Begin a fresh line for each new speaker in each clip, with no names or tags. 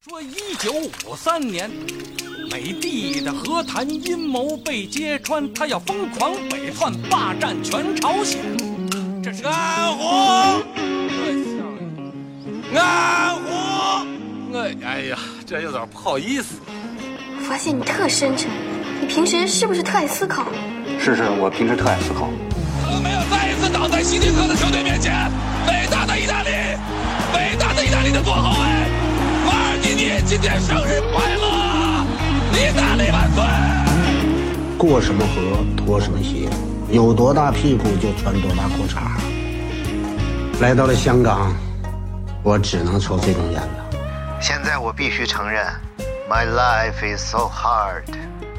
说一九五三年，美帝的和谈阴谋被揭穿，他要疯狂北窜，霸占全朝鲜。这是
安红，
我
安红，哎哎呀，这有点不好意思。
我发现你特深沉，你平时是不是特爱思考？
是是，我平时特爱思考。
我们没有再一次倒在希特克的球队面前。伟大的意大利，伟大的意大利的左后卫
哎
马尔蒂尼，今天生日快乐！意大利万岁！
过什么河脱什么鞋，有多大屁股就穿多大裤衩。来到了香港，我只能抽这种烟了。
现在我必须承认，My life is so hard,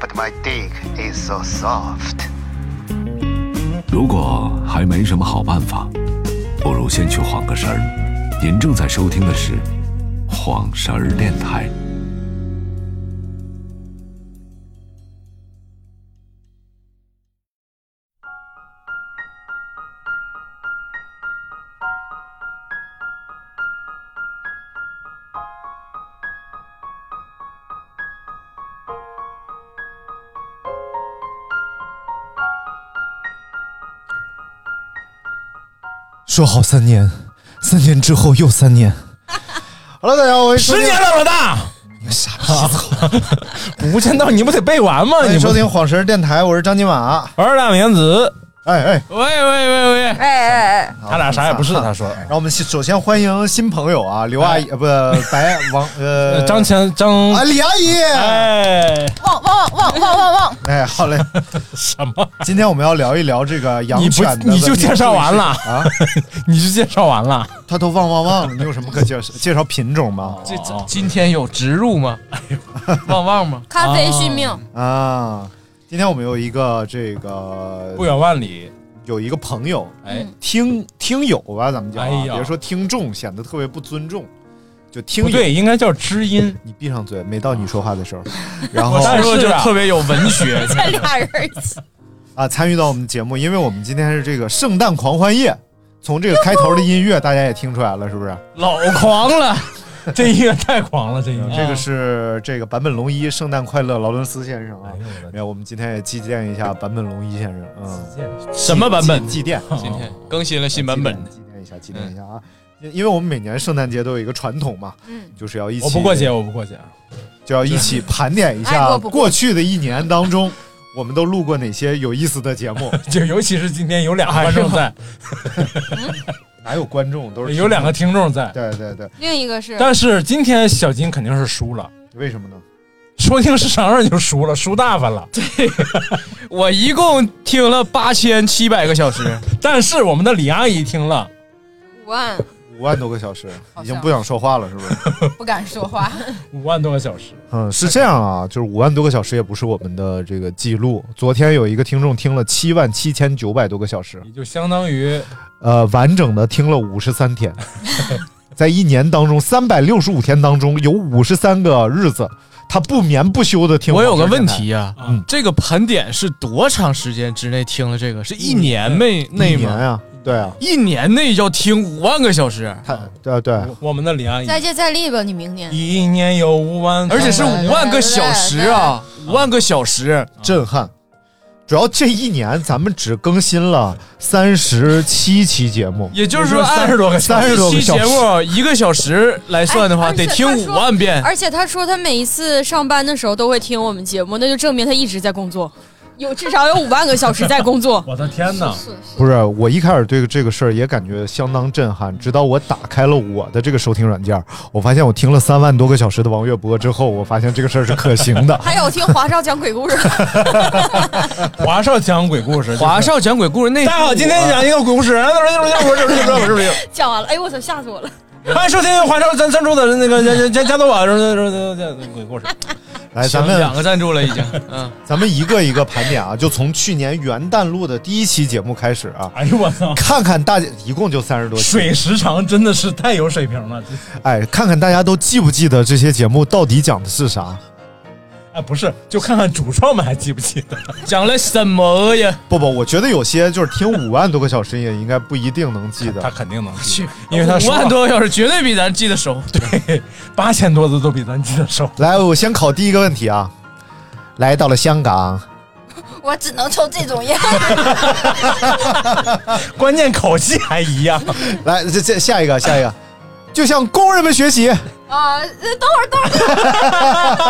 but my dick is so soft。
如果还没什么好办法，不如先去晃个神儿。您正在收听的是《晃神儿电台》。
说好三年，三年之后又三年。 好了，大家好，我是收听
十年哎了，老大，
你们傻逼！
无间道你不得背完吗？
欢
你
迎
不
收听，晃神电台，我是张金马。
我是大明子。
哎哎，
喂喂喂喂，
哎哎哎，
他俩啥也不是，他说。
然后我们先首先欢迎新朋友啊，刘阿姨，呃不，白王，呃，
呃张强张
啊，李阿姨。
哎，
汪汪汪汪汪汪汪！
哎，好嘞，
什么？
今天我们要聊一聊这个养
你不
犬的
你就
问题
介绍完了
啊？
你就介绍完了？
他都忘忘忘了，你有什么可介绍介绍品种吗？
这这今天有植入吗？旺旺吗？
咖啡续命，
啊，今天我们有一个这个
不远万里，
有一个朋友，嗯
哎，
听听友吧，咱们叫、啊
哎呀
别说听众，显得特别不尊重。就听
不
友，
对，应该叫知音。
你闭上嘴，没到你说话的时 候。然后
我当时
是
哦就
啊
特别有文学，
这俩人一起，
啊，参与到我们节目，因为我们今天是这个圣诞狂欢夜，从这个开头的音乐大家也听出来了，是不是？
老狂 了，这音乐太狂了，这音乐。
这个是这个坂本龙一《圣诞快乐，劳伦斯先生》啊
哎。呦我的
没有，我们今天也祭奠一下坂本龙一先生，嗯，
什么啊版本？
祭祭奠，
今天更新了新版本，
祭奠一下，祭奠一下啊！因因为我们每年圣诞节都有一个传统嘛，
嗯，
就是要一起
我不过节，我不过节。
就要一起盘点一
爱
下
过不过
过去的一年当中，我们都录过哪些有意思的节目。
就尤其是今天有两个观 众在，
哪有观众都是
有两个听众在，
对对对，
另一个是
但是今天小金肯定是输了。
为什么呢？
说听市场上就输了，输大发 了。
我一共听了八千七百个小时，
但是我们的李阿姨听了，
五万，
五万多个小时，
好像
已经不想说话了，是不是？
不敢说话。
五万多个小时，
嗯，是这样啊，就是五万多个小时也不是我们的这个记录。昨天有一个听众听了七万七千九百多个小时，
也就相当于
呃，完整的听了五十三天， 在一年当中三百六十五天当中，有五十三个日子，他不眠不休的听。
我有个问，题呀、
啊
嗯
这个盘点是多长时间之内听了这个？是一年内内
一年
吗？
啊，对啊，
一年内要听五万个小时，
他对啊对啊，
我我们的李阿姨
再接再厉吧，你明年
一年有五万，
而且是五万个小时啊，五万个小时，
震
啊
撼。主要这一年咱们只更新了三十七期节目，
也就是说
也就是
按
30多个小。
时
一期节
30
目一个小时来算的话，
哎而且
得听
他
五
说
万遍。
而且他说他每一次上班的时候都会听我们节目，那就证明他一直在工作，有至少有五万个小时在工作。
我的天哪！
不是我一开始对这个事儿也感觉相当震撼，直到我打开了我的这个收听软件，我发现我听了三万多个小时的王月波之后，我发现这个事儿是可行的
还有听华少讲鬼故事，
华少讲鬼故事，
华
就是。
少讲鬼故事那，
大家好，今天讲一个鬼故事。
讲完了，哎呦我操，吓死我了！
欢迎收听华少赞赞助的那个加加加多宝什么什么什么鬼故事。
来，咱
行两
们
个赞助了已经，嗯。
咱们一个一个盘点啊，就从去年元旦录的第一期节目开始啊，
哎呦我操！
看看大家一共就三十多期，
水时长真的是太有水平了，
哎，看看大家都记不记得这些节目到底讲的是啥。
哎，不是，就看看主创们还记不记得。
讲了什么呀？
不不，我觉得有些就是听五万多个小时也应该不一定能记得，他
肯定能
记，
因为他说了五万多个小时绝对比咱记得熟。
对，八千多的都比咱记得熟。
来，我先考第一个问题啊，来到了香港，
我只能抽这种烟。
关键口气还一样。
来，这这下一个，下一个，就向工人们学习。
啊，呃等会儿，等会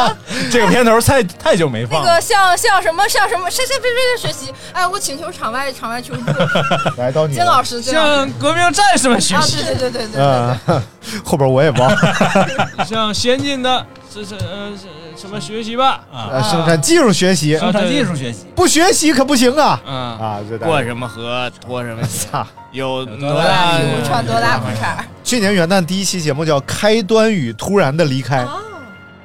儿，
这个片头太太久没
那
放了。
个像像什么像什么，谁谁谁谁谁学习？哎，我请求场外场外求助。
来到你了
金老师，金老 师
向革命战士们学习
啊，对对对对对。
嗯，后边我也忘 了，
向先进的这是呃是什么学习吧？
啊
啊
呃生产技术学习，
生产技术学习，
不学习可不行啊！
嗯
啊，这大家
过什么河脱什么鞋，有多
大
大
屁股穿多大裤衩？
去年元旦第一期节目叫《开端与突然的离开》，
哦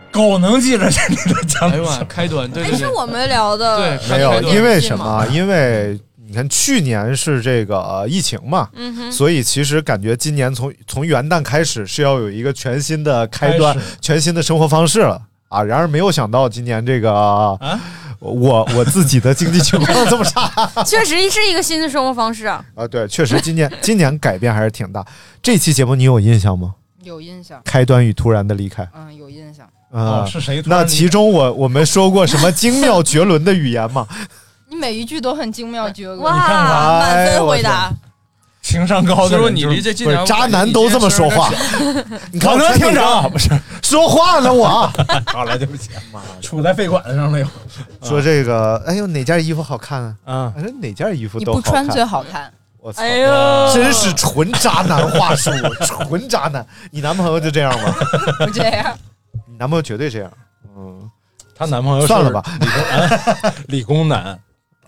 狗能记着这里的讲
哎呦妈，开端对
哎，是我们聊的，
没有，因为什么？
为
因为你看去年是这个、呃疫情嘛，
嗯哼
所以其实感觉今年从从元旦开始是要有一个全新的开端
开始、
全新的生活方式了啊。然而没有想到今年这个、啊
啊
我我自己的经济情况这么差
确实是一个新的生活方式啊。
啊，对，确实今年今年改变还是挺大。这期节目你有印象吗？
有印象，
开端与突然的离开。
嗯，有印象。
啊、
哦是谁突然
那
离开
其中我我们说过什么精妙绝伦的语言吗？ 哎
你每一句都很精妙绝伦。
哇
你看看满分哎我回
答。
情商高的
所
人就是，
以说你离这近点
不是渣男都这么说话。你看
我能听着啊，
啊，
不是
说话呢我。啊
好了，对不起，处在肺管子上了又。
说这个，哎呦哪件衣服好看啊？
啊，
反正哪件衣服
你
都好
不
看。
穿最好看。
我操！
哎呦
真是纯渣男话术，纯渣男。你男朋友就这样吗？
不这样，
你男朋友绝对这样。嗯，
她男朋友是
算了吧，
理工啊理工男，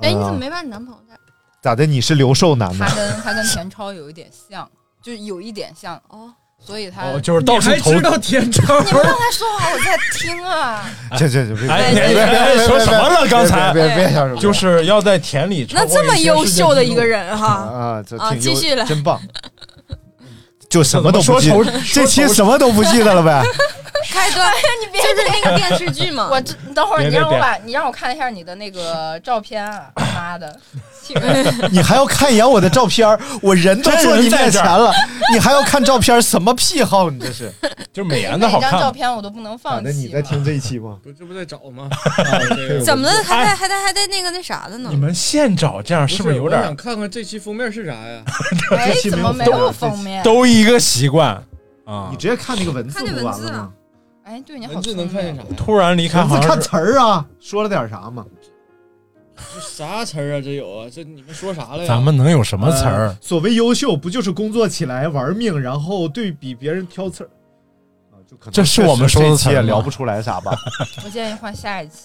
哎，你怎么
啊
没把你男朋友带？
咋的？你是留寿男呢
他？跟他跟田超有一点像，就有一点像哦，所以他
哦就是到处投
你还知道田超？
你们刚才说话我在听啊，
这这这别
哎，
别
你
别
哎
别
说什么了？
别
刚才
别别别想什么
就是要在田里
那
超过
这么
些
优
世界
秀的
纪
一
录
个人哈，
啊，这
啊
挺
继
优
续了
真棒。就什么都不记
说头
得，这期什么都不记得了呗？
开端，
你别
就是那个电视剧嘛。
我这等会儿
别
你
别
让我
别
把你让我看一下你的那个照片啊，妈的，气人！
你还要看一眼我的照片儿，我人都坐你面前了，你还要看照片儿，什么癖好？你这是？
就是美颜
每
的好
张照
看。
片我都不能
咋
放
的？你
弃
在
嘛。
听这一期吗？
不这不在找吗？
怎么的？还在
哎
还在还在那个那啥的呢
你？们现找这样 是不是有
我想
点
看哎看这期封面是啥呀？
哎
这期，
怎
没有
么没有封面？
都一个习惯啊
你？直接看那个文字
看那
不
文
完
字
了
啊
吗？
哎，对你好
文字能看见啥呀？
突然离开，
文字
好像
看
是
词儿啊，说了点啥吗？
这啥词儿啊？这有啊？这你们说啥了呀？
咱们能有什么词儿
呃？所谓优秀，不就是工作起来玩命，然后对比别人挑刺儿？啊就可能
这是我们说的
这
词
期
儿吗
也聊不出来啥 吧？
我建议换下一期。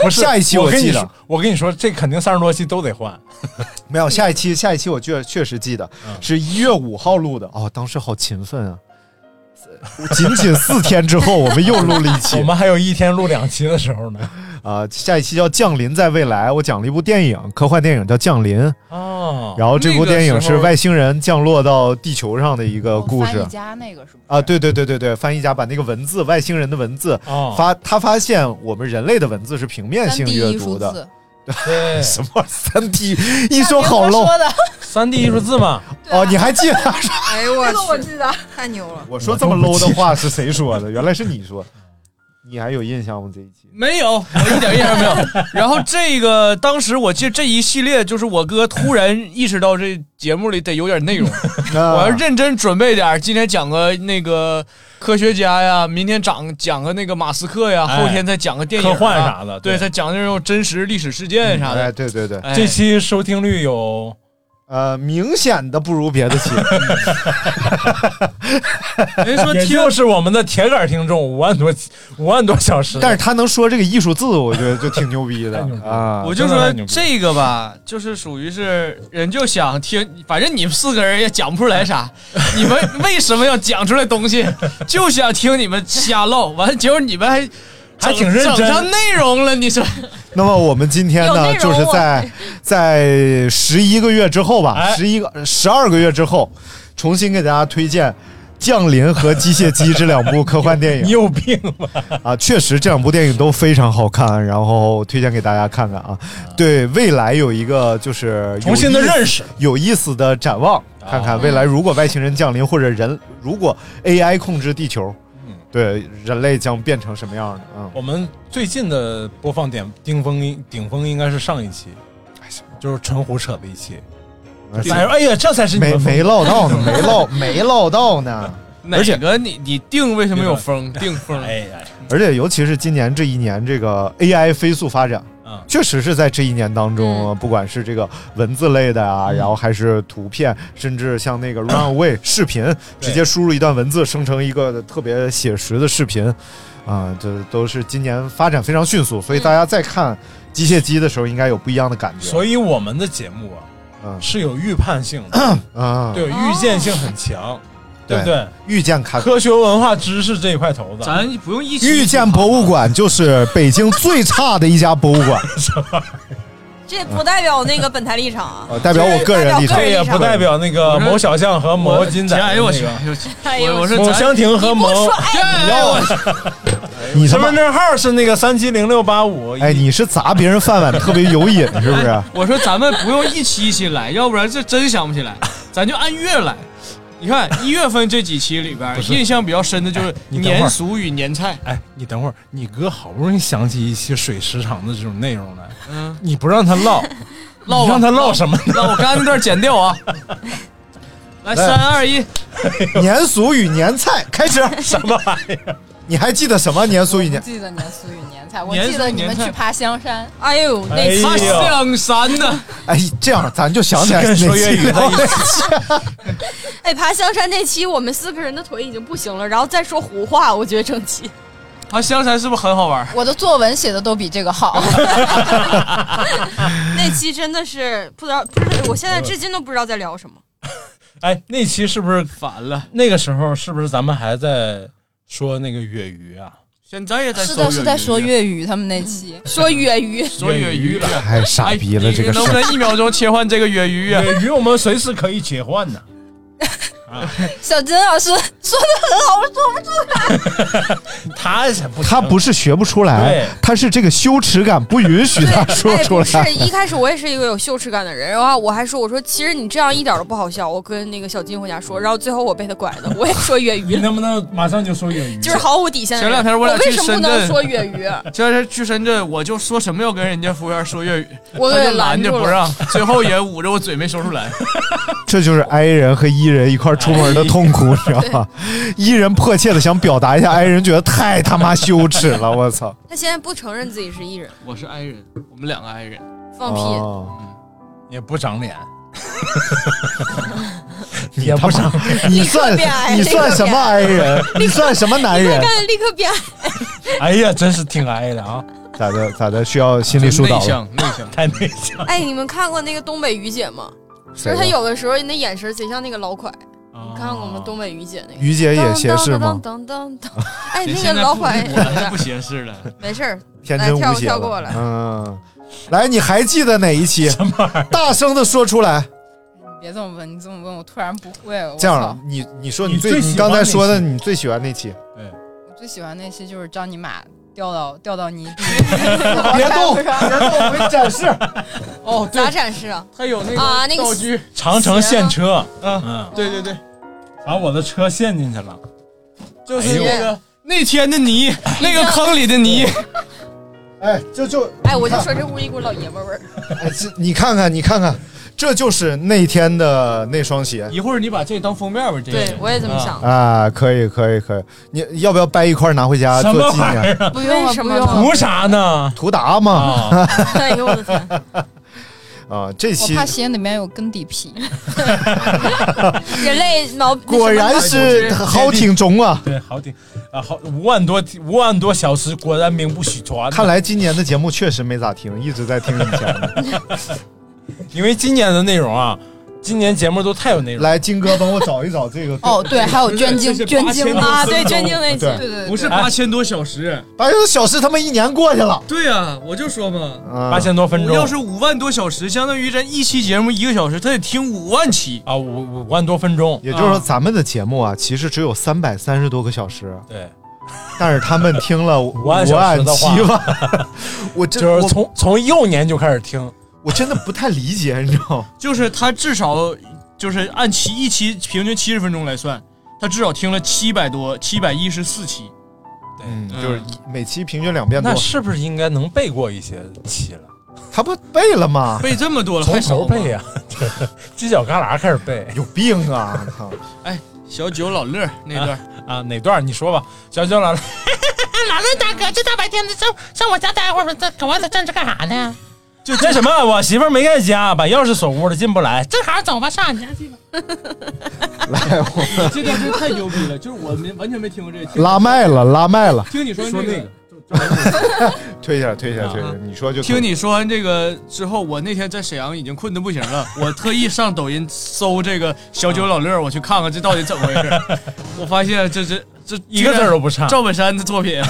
不是
下一期
我跟
记
你
得
说，我跟你说，这肯定三十多期都得换。
没有，下一期下一期我确确实记得
嗯
是一月五号录的哦，当时好勤奋啊！仅仅四天之后，我们又录了一期
我们还有一天录两期的时候呢。
啊、下一期叫《降临在未来》，我讲了一部电影，科幻电影叫《降临》，
哦，
然后这部电影
那个时
是
候
外星人降落到地球上的一个故事
哦翻译家那个是不是
啊，对对对对对，翻译家把那个文字，外星人的文字
哦
发，他发现我们人类的文字是平面
三
性
D
阅
艺
读
术
的，
字，
对，
什么三 D 一说好
我
low
说的，
三 D 艺术字嘛，
哦，你还记得？
哎呦
这个我
我去，
记得。
太牛了！
我说这么 low 的话是谁说的？原来是你说，你还有印象吗？这一 期
没有，我一点印象没有。然后这个当时我记得这一系列就是我哥突然意识到这节目里得有点内容，我
嗯
要认真准备点儿，今天讲个那个科学家呀，明天讲讲个那个马斯克呀，
哎
后天再讲个电影
科
啊
幻啥的
对，
对嗯
再讲那种真实历史事件啥
哎，
的。
对对对，
哎
这期收听率有
呃，明显的不如别的期，
人家说
也
听
就是我们的铁杆听众五万多五万多小时，
但是他能说这个艺术字，我觉得就挺牛逼 的
太牛逼了
啊。
我就
真的
说
太牛逼了
这个吧，就是属于是人就想听，反正你们四个人也讲不出来 啥，你们为什么要讲出来东西？就想听你们瞎唠，完了结果你们还
还挺认
整
真
上内容了，你说
那么我们今天
有
呢
啊
内，容
就是
我
在在十一个月之后吧，
哎
十一个十二个月之后，重新给大家推荐降临》和《机械姬》这两部科幻电影。
你有病吧？
啊，确实这两部电影都非常好看，然后推荐给大家看看啊，对未来有一个就是有
重新的
意思
认识，啊
有意思的展望，看看未来如果外星人降临或者人如果 AI 控制地球，
嗯
对人类将变成什么样的？嗯，
我们最近的播放点顶峰顶峰应该是上一期，
哎
就是纯胡扯的一期。
而且
大家说：“哎呀，这才是你
没
们
没唠到呢，没唠没唠到呢。
而且个你你定为什么有风定风？
哎呀，
而且尤其是今年这一年，这个 AI 飞速发展，
嗯
确实是在这一年当中，不管是这个文字类的啊，
嗯
然后还是图片，甚至像那个 Runway 视频，直接输入一段文字，生成一个特别写实的视频，啊，这都是今年发展非常迅速，所以大家在看机械姬的时候，应该有不一样的感觉。
嗯所以我们的节目啊，
嗯，
是有预判性的，
啊，
对，预见性很
哦
强，对不对？
遇见卡
科学文化知识这一块头子，
咱不用一
遇见博物馆就是北京最差的一家博物 馆，
这不代表那个本台立场啊
呃，代表我个人立场
这也不代表那个某小象和某金仔。
我哎呦我去
哎呦
我
我去
说某香婷和某，
哎 你他
身
妈
份证号是那个三七零六八五。
哎，你是砸别人饭碗特别有瘾是不
哎
是？
我说咱们不用一期一期来，要不然这真想不起来，咱就按月来。你看一月份这几期里边
不，是哎
印象比较深的就是
你等会儿
年俗与年菜。
哎，你等会儿，你哥好不容易想起一期水时长的这种内容来，
嗯，
你不让他唠，
唠吧
你让他唠什么呢？
那我刚才那段剪掉 啊。来，
来
三二一，
年俗与年菜开始，
什么玩意儿？
你还记得什么年俗与年？
记得年俗与年哎菜，我
年俗
记得你
年
们
菜
去爬香山。
哎呦，
哎呦
他 想山呢，
哎，这样咱就想起来哪
跟
期
说粤语
聊
的一
哎，爬香山那期我们四个人的腿已经不行了，然后再说胡话，我觉得整齐。
啊，香山是不是很好玩？
我的作文写的都比这个好，
那期真的是不知道，不是，我现在至今都不知道在聊什么。
哎，那期是不是
反了？
那个时候是不是咱们还在说那个粤语啊？
现在也在
是的，是在说粤语，他们那期
说粤语，
说粤语了。哎
太傻逼
哎
了，这
你
个事
能不
儿。
能一秒钟切换这个粤语啊？
粤语我们随时可以切换呢。
小珍老师说的很好，我说不出来。
他是不
他不是学不出来
对，
他是这个羞耻感不允许他说出
哎不 是一
来。
开始我也是一个有羞耻感的人，然后我还说我说其实你这样一点都不好笑，我跟那个小金回家说，然后最后我被他拐的，我也说粤语
你能不能马上就说粤语？
就是毫无底线的
前
人。
两天我俩
为
去
什么不
深
能
圳
说粤语？
这是去深圳，我就说什么要跟人家服务员说 粤语，
我
他
给
就拦着
拦住
不
了
让，最后也捂着我嘴没说出来。
这就是 i 人和 e 人一块儿出门的痛苦，
哎
你知道吗？e 人迫切的想表达一下，i 人觉得太他妈羞耻了，我操！
他现在不承认自己是艺人，
我是 i 人，我们两个 i 人，
放屁！
哦
也不长 脸，
你他妈， 你算
立刻变矮
你算什么 i
立
人？你算什么男人？
看立刻变矮。
哎呀，真是挺挨的啊，
咋的咋的？需要心理疏导
内
了
向？内向，
太内向
哎，你们看过那个东北于姐吗？就
谁
是
呀
她有的时候那眼神贼像那个老蒯，
哦
你看过吗？东北于姐那个。
于姐也斜视吗
当当当当当 哎，
你
那个
现在
老
不
蒯也
我还
是
不斜视了。
没事儿，
天
来
真
跳
无邪
跳
了
过来。
嗯，来，你还记得哪一期？大声的说出来。
别这么问，你这么问我突然不会。我
这
操
样了，你你说你
你
最
最
你
喜
刚才
欢哪
说的
期
你最喜欢那期，
我最喜欢那期就是张尼玛掉到掉到泥地，
别动
别
别动我给你展示。
哦，对
咋，展示啊？
他有那个
啊那个
道具，
长城陷车，嗯，
啊对对对，
把我的车陷进去了。哎
就是那个那天的泥，那个坑里的泥，
哎，这就
哎，我就说这屋一股老爷们味儿。
哎这你看看你看看，这就是那天的那双鞋
一会儿你把这当封面吧，这个
对，我也这么想。
啊，可以可以可以，你要不要掰一块拿回家
什
做
么
纪
玩意
念？
儿？
不用了，不用了。
图啥呢？
图达嘛
啊，
哎呦我的天！
啊，这
我
期
怕鞋里面有跟底皮。
人类 毛
果然是好挺中啊。
对，好顶啊，好五万多五万多小时，果然名不虚传。
看，来今年的节目确实没咋听，一直在听以前的。
因为今年的内容啊，今年节目都太有内容。
来，金哥帮我找一找这个。
哦对还有捐精
这是
捐
八千
精
多
啊
次
对
的
捐精那一集
对
对对对
不
哎
是八千多小时，
八千多小时，他们一年过去了。
对呀、我就说嘛，
啊
八千多分钟
我要是五万多小时，相当于咱一期节目一个小时，他得听五万期
啊，五五万多分钟。
也就是说，咱们的节目啊，其实只有三百三十多个小时，
对，
但是他们听了五
五万小时的
七
话，
万，我真
就是
我
从从幼年就开始听，
我真的不太理解，你知道吗？
就是他至少就是按期一期平均七十分钟来算，他至少听了七百多，七百一十四期。
嗯，就是每期平均两遍多。
那是不是应该能背过一些期了？
他不背了吗？
背这么多了，
从
还少
头
吗
背呀、犄角旮旯开始背，
有病啊！靠，
哎，小九老乐那段
啊哪段你说吧，小九老乐。
老任大哥，这大白天的上上我家待会儿吧，这搁外头站着干啥呢？
就那什么，我媳妇儿没在家，把钥匙锁屋了，进不来。
正好走吧，上俺家去吧。
这段真太牛逼了，就是我没完全没听过这个。
拉麦了，拉麦了，
听你说
说
那
那
个，
推一下，推一下，推一下，你说就可 以
听你说完这个之后，我那天在沈阳已经困得不行 了，我特意上抖音搜这个小九老乐，我去看看这到底怎么回 事。我发现这这这
一个字儿都不差
赵本山的作品，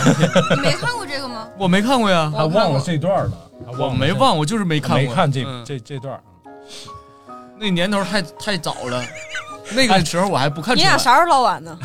你没看过这个吗？
我没看过呀，
他忘了这段了，
我没啊忘，我就是没看过。
没看这
嗯
这这段。
那年头太太早 了，那个时候我还不看春晚。
你俩啥时候捞完呢？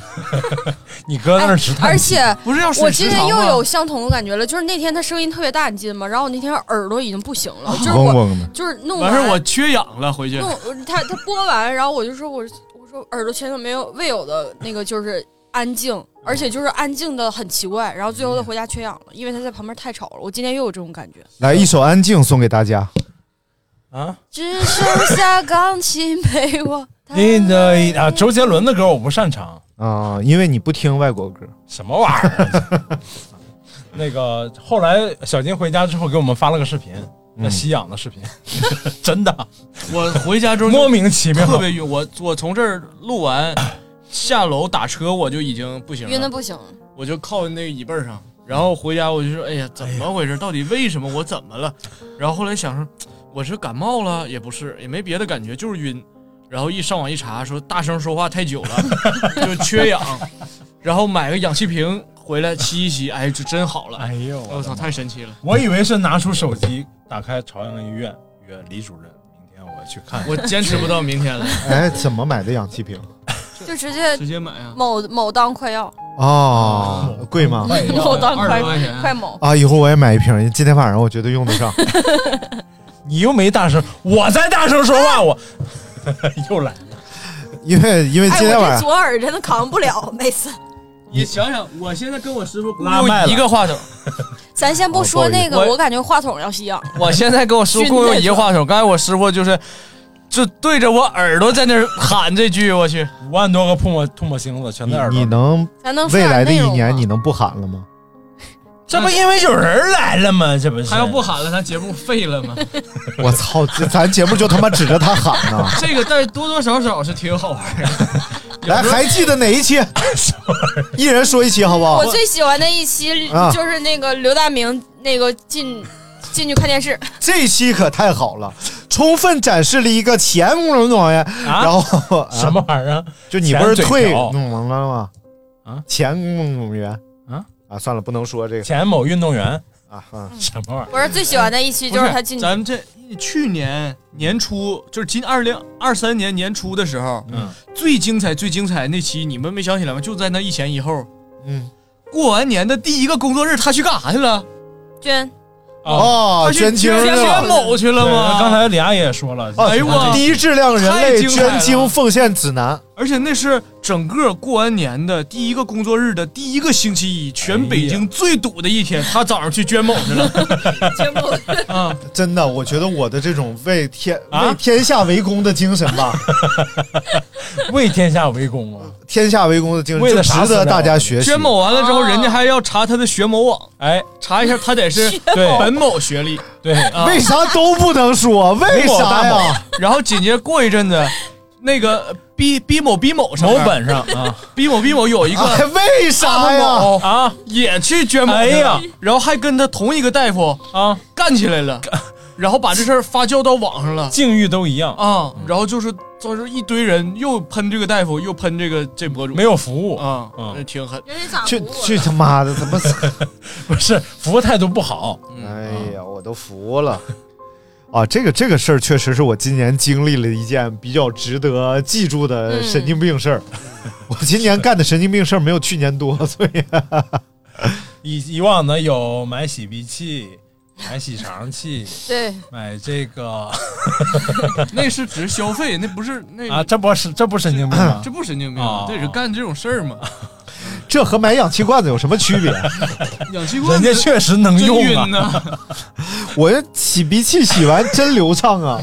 你搁那儿吃
而且
不是要水
我今
池
天
塘
又
吗
有相同的感觉了，就是那天他声音特别大，你记得吗？然后我那天耳朵已经不行了，就是
嗡
我
嗡的
就是弄
完事儿我缺氧了，回去
弄呃他他播完，然后我就说我我说耳朵全都没有未有的那个就是安静，而且就是安静的很奇怪。然后最后
嗯
他回家缺氧了，因为他在旁边太吵了。我今天又有这种感觉。
来哎一首《安静》送给大家。
只剩下钢琴陪我。
你的啊，周杰伦的歌我不擅长，
啊、因为你不听外国歌，
什么玩意儿？ 那个后来小金回家之后给我们发了个视频，那吸氧的视频， 真的。
我嗯回家之后就
莫名其妙，
特别晕。我我从这儿录 完，下楼打车我就已经不行了，
晕的不行，
我就靠那个椅背儿上，然后回家我就说，哎呀，怎么回事？到底为什么我怎么了？然后后来想说，我是感冒了，也不是，也没别的感觉，就是晕。然后一上网一查，说大声说话太久了， 就缺氧，然后买个氧气瓶回来吸一吸，哎，就真好了。哎
呦，
我操，太神奇了！
我以为是拿出手机打开朝阳医院约李主任，明天我去看。
我坚持不到明天了。
哎，怎么买的氧气瓶？
就直接
直接买啊！
某某当快药，
哦，贵吗？
某当
二
快
十多块钱
快某。
啊，以后我也买一瓶，今天晚上我觉得用得 上。
你又没大声，我在大声说话，我 又来了。
因为因为
哎，
今天
我
晚
这
上、
左耳真的扛不了，妹子。
你想想，我现在跟我师傅不
拉
用
麦了
一个话筒，
咱先不说那个，
我
我感觉话筒要吸氧。
我啊现在跟我师傅共用一个话筒，刚才我师傅就是就对着我耳朵在那儿喊这句，我去，
五万多个唾沫唾沫星子全在耳
你
朵。
能
咱能说
未
点
来的
内
一
容
年你能不喊了吗？
这不因为有人来了吗？这不是
他要不喊了，咱节目废了 吗？
我操，这咱节目就他妈指着他喊呢。
这个，但是多多少少是挺好玩的。
来，还记得哪一 期？一人说一期好不好？
我最喜欢的一期
啊
就是那个刘大明那个进进去看电视，
这期可太好了，充分展示了一个前什么玩意儿，然后、啊
什么玩意儿啊？
就你不是
前
退
嘴瓢
弄完了吗？
啊，
前运动员
啊
啊，算了，不能说这个
前某运动员
啊啊，
什么玩意儿？
我是最喜欢的一期就是他进去
咱们这去年年初，就是今二零二三年年初的时候，
嗯，
最精彩、最精彩那期，你们没想起来吗？就在那一前一后。
嗯，
过完年的第一个工作日，他去干啥去了？
捐
哦
他去
捐精去了
捐某去了吗？
对刚才李安也说了，
哦
哎呦我
低质量人
太
类
精彩
捐
了
精奉献指南，
而且那是整个过完年的第一个工作日的第一个星期一，
哎
全北京最堵的一天，他早上去捐某去了。 啊
真的，我觉得我的这种为天
啊
为天下为公的精神 吧，
为天下为公啊！
天下为公的精神，
为了
就
啥
值
死
得
呢
大家学习。
捐某完了之后，人家还要查他的学某网，
哎，
查一下他得是
对
本某学历。
对，
啊
为啥都不能说？ 为
某
啥
大某
呀？？
然后紧接着过一阵子，那个 B B 某 B 某上
某
面
本上啊
B 某 B 某有一
哎
个
为啥
大
呀？
某
啊！
也去捐某，
哎呀，
然后还跟他同一个大夫
啊
干起来了。然后把这事儿发酵到网上了，
境遇都一样
啊。然后就是就是一堆人又喷这个大夫，又喷这个这博主，
没有服务
啊，那挺狠。
去去他妈的，怎么
不是服务态度不好？
哎
嗯
呀，我都服了。 啊，这个这个事儿确实是我今年经历了一件比较值得记住
嗯
的神经病事儿。 我今年干的神经病事儿没有去年多， 所以
以以往呢有买洗鼻器、买洗肠器，
对，
买这个
那是只是消费，那不是那
啊，这不是这不神经病吗？
这不神经病啊
哦，
这是干这种事儿嘛？
这和买氧气罐子有什么区别？
氧
嗯
气罐子
人家确实能用啊
真晕呐
我这洗鼻器洗完真流畅 啊！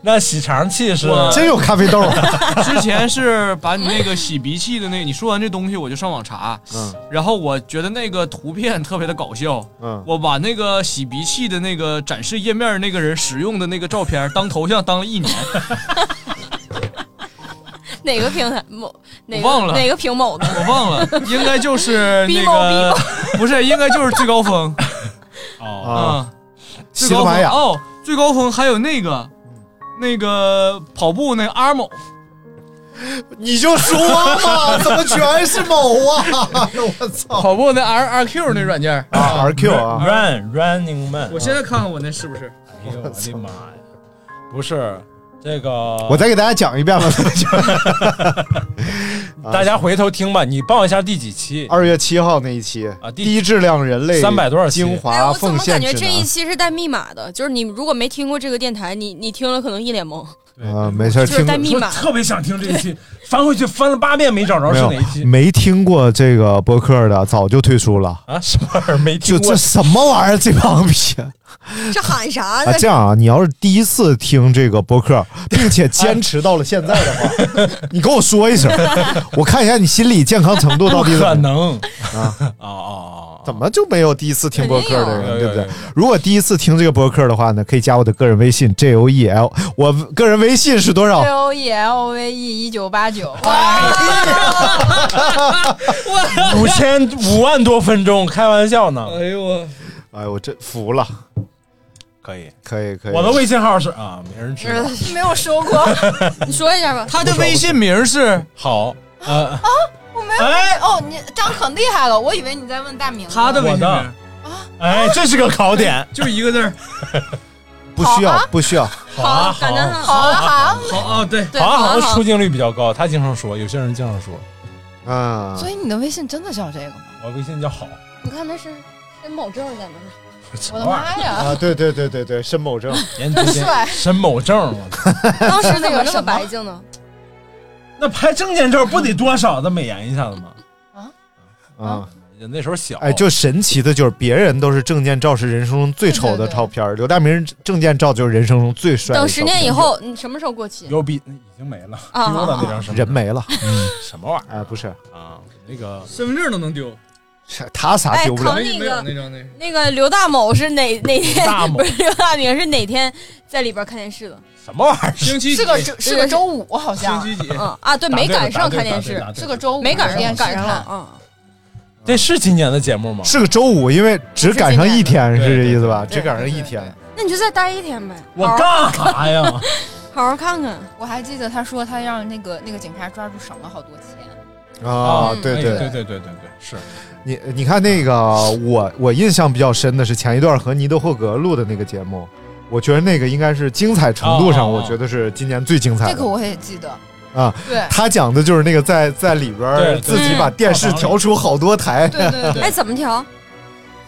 那洗肠器是
我
真有咖啡豆啊。
之前是把你那个洗鼻器的那个，你说完这东西我就上网查，
嗯，
然后我觉得那个图片特别的搞笑，
嗯
我把那个洗鼻器的那个展示页面那个人使用的那个照片当头像当了一 年，
哪个平台某哪个
我忘了
哪个平某的，
我忘了，应该就是 那
逼某逼
个 啊不是，应该就是最高峰，
哦
啊，最
喜
高
马
峰
拉雅
哦，最高峰还有那个那个跑步那个阿某，
你就说嘛， 怎么全是某啊？ 我操！
跑步那 R R Q 那软件
啊，RQ 啊，
Run Running Man，
我现在看看我那是不是？
哎呦我的妈呀！不是这个，
我再给大家讲一遍吧。 怎么讲
大家回头听吧，你报一下第几期
二月七号那一期啊
第
低质量人类
300多少期
精
哎，
华
我怎
奉
么感
献指
觉这一
南
期是带密码的？就是你如果没听过这个电台，你你听了可能一脸 懵。
啊？没事，
就是
听
带密码
特别想听这一期，翻回去翻了八遍没找着
没
是
有
哪一期
没听过这个播客的，早就退出了。
啊？什么玩意儿没
就
听
这
过？
什么玩意儿，这帮逼！
这喊啥
啊，这样啊，你要是第一次听这个播客，并
啊
且坚持到了现在的话， 你跟我说一声，我看一下你心理健康程度到底
不
怎
可
么
能
啊？
哦哦
怎么就没有第一次听播客的
肯定有
人，对不
有有
对
有？
如果第一次听这个播客的话呢，可以加我的个人微信 J O E L，我个人微信是多少
J？O E L V E 一九八九，
哦，五千五万多分钟，开玩笑呢？
哎呦我，
哎，我真服了，
可以，
可以，可以。
我的微信号是啊，没人知道。
没有说过，
你说一下吧。
他的微信名是
好，呃，
我没有发现。哦，你这样可厉害了，我以为你在问大明呢。
他的微信名
我的哎，这是个考点，
就一个字儿，
不需要，不需要。
好啊，好啊，
好啊好啊，
好啊，对，
好啊，好像出镜率比较高，他经常说，有些人经常说，
啊
所以你的微信真的叫这个吗？
我微信叫好，
你看那是申某证在那 儿。
我的妈呀！
啊，对对对对对，申某正，
研究生
帅
申某证，我操
当时怎么那么白净 呢？
那拍证件照不得多少的美颜一下子吗？
啊，
那时候小，
哎，就神奇的就是别人都是证件照是人生中最丑的照片，刘大明证件照就是人生中最帅的
等
照片。
十年以后，你什么时候过期？
有比已经没了，
啊
丢了那张身份
人没了，
什么玩意
哎，不是
儿啊？那个
身份证都能丢，
是他啥
哎
丢不了
扛
没
那
没
个
有那张那个
那个刘大某是哪哪天？
大某
不是刘大明是哪天在里边看电视的？
什么玩意儿？
星期
是
几
个
哎
周是个周五，好
星
像
期几？
嗯啊，对，
答对
没
了
赶上
答对
看
了
电
答
视
对了，
是个周五，
没赶
电
上，
视
赶上了
看。
嗯，
这是今年的节目吗？
是个周五，因为只赶上一天，是这意思吧？
对
只赶上一
对对
天，
那你就再待一天呗，
我干啥 呀？
好好看看。
我还记得他说他让那个那个警察抓住省了好多钱。
啊，对对
哎对对对对对，是
你你看那个，我我印象比较深的是前一段和尼德霍格录的那个节目，我觉得那个应该是精彩程度
哦
上，
哦
我
哦
觉得是今年最精彩
这个
的
我也记得，
啊。
对
他讲的就是那个在在里边
对
儿
对
自己把电视调出好多台，
对对
哎，
对，
怎么调？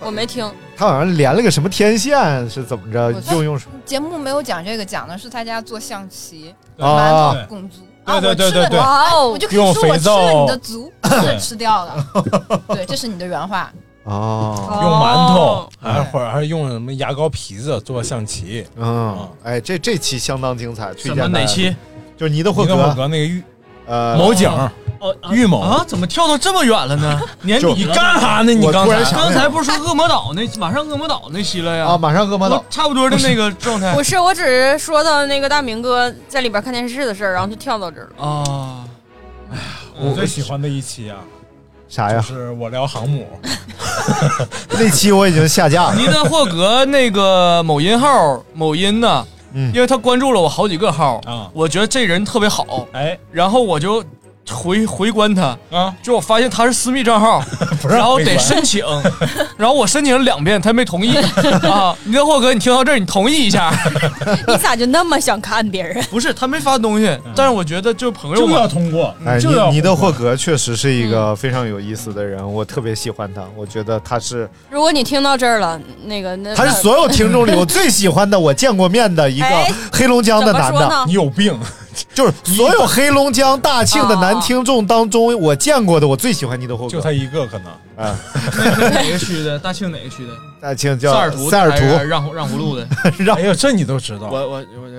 我没听。
他好像连了个什么天线是怎么着
我，
又用什
节目没有讲这个，讲的是他家做象棋，
么
馒
啊
头拱足
对
啊，
对
我
对
吃了
对对
你
哇
我
哦，
就可以说我吃了你的 足，
对
是吃掉了。对，这是你的原话。
哦，
用馒
哦
哦
头，
哎
还或者还是用什么牙膏皮子做象棋？
嗯，哎，这这期相当精彩，推
什
荐大
么
家
哪期？？
就是尼德霍
你跟我
格，
哥那个玉
呃，
某景
哦啊
玉某
啊，怎么跳到这么远了 呢？年
就
底干啥呢？你
我
刚
突
才
然想
刚
起来
才
了
不是说恶魔岛那马上恶魔岛那期了呀？
啊，马上恶魔岛
我，差不多的那个状态
不是，我只是说到那个大明哥在里边看电视的事儿，然后就跳到这儿了。
啊。
我最喜欢的一期啊，
啥
就
呀？
是我聊航母，
那期我已经下架了。
尼德霍 格那个某音号，某音呐，
嗯
因为他关注了我好几个号，
啊
我觉得这人特别好，
哎，
然后我就回回关他，
啊，
就我发现他是私密账 号，
是
然后得
回关
申请，然后我申请了两遍，他没同意 啊。尼德霍格，你听到这儿，你同意一下，
你咋就那么想看别人？
不是他没发东西，但是我觉得就朋友
就
嘛
要
通过
哎，尼尼德霍格确实是一个非常有意思的人，我特别喜欢他。我觉得他是
如果你听到这儿了，那个那
他是所有听众里我最喜欢的、我见过面的一个
哎
黑龙江的男
怎么说
的
呢。你
有病！
哦
就是所有黑龙江大庆的男听众当中，我见过的我最喜欢尼德霍格，
就他一个可能。
啊，
哪个区的？大庆哪个区的？
大庆叫
塞尔图
塞尔
还
图
是让让葫芦 的。
让
哎呦，这你都知道？
我我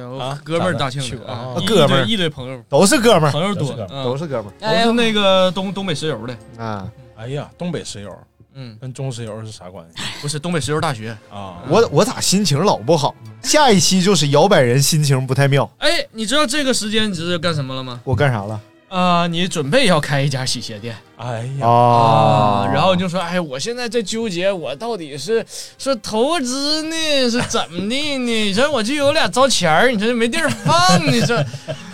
我我哥们儿大庆
去
的
过
啊
啊，
一
哦哥们儿
一堆一堆朋友
都是哥们儿
朋友多
都是哥，们儿
嗯
都是哥们儿
都是那个东东北石油的
啊。
哎呀，东北石油，
嗯，
跟中石油是啥关系？
不是东北石油大学
啊。
我我咋心情老不好？下一期就是摇摆人心情不太妙，
哎，你知道这个时间你知道干什么了吗？
我干啥了？
啊、你准备要开一家洗鞋店，
哎
哦
啊，然后就说，哎，我现在在纠结，我到底是是投资呢，是怎么的呢？你说我就有俩糟钱儿，你说没地儿放，你 说，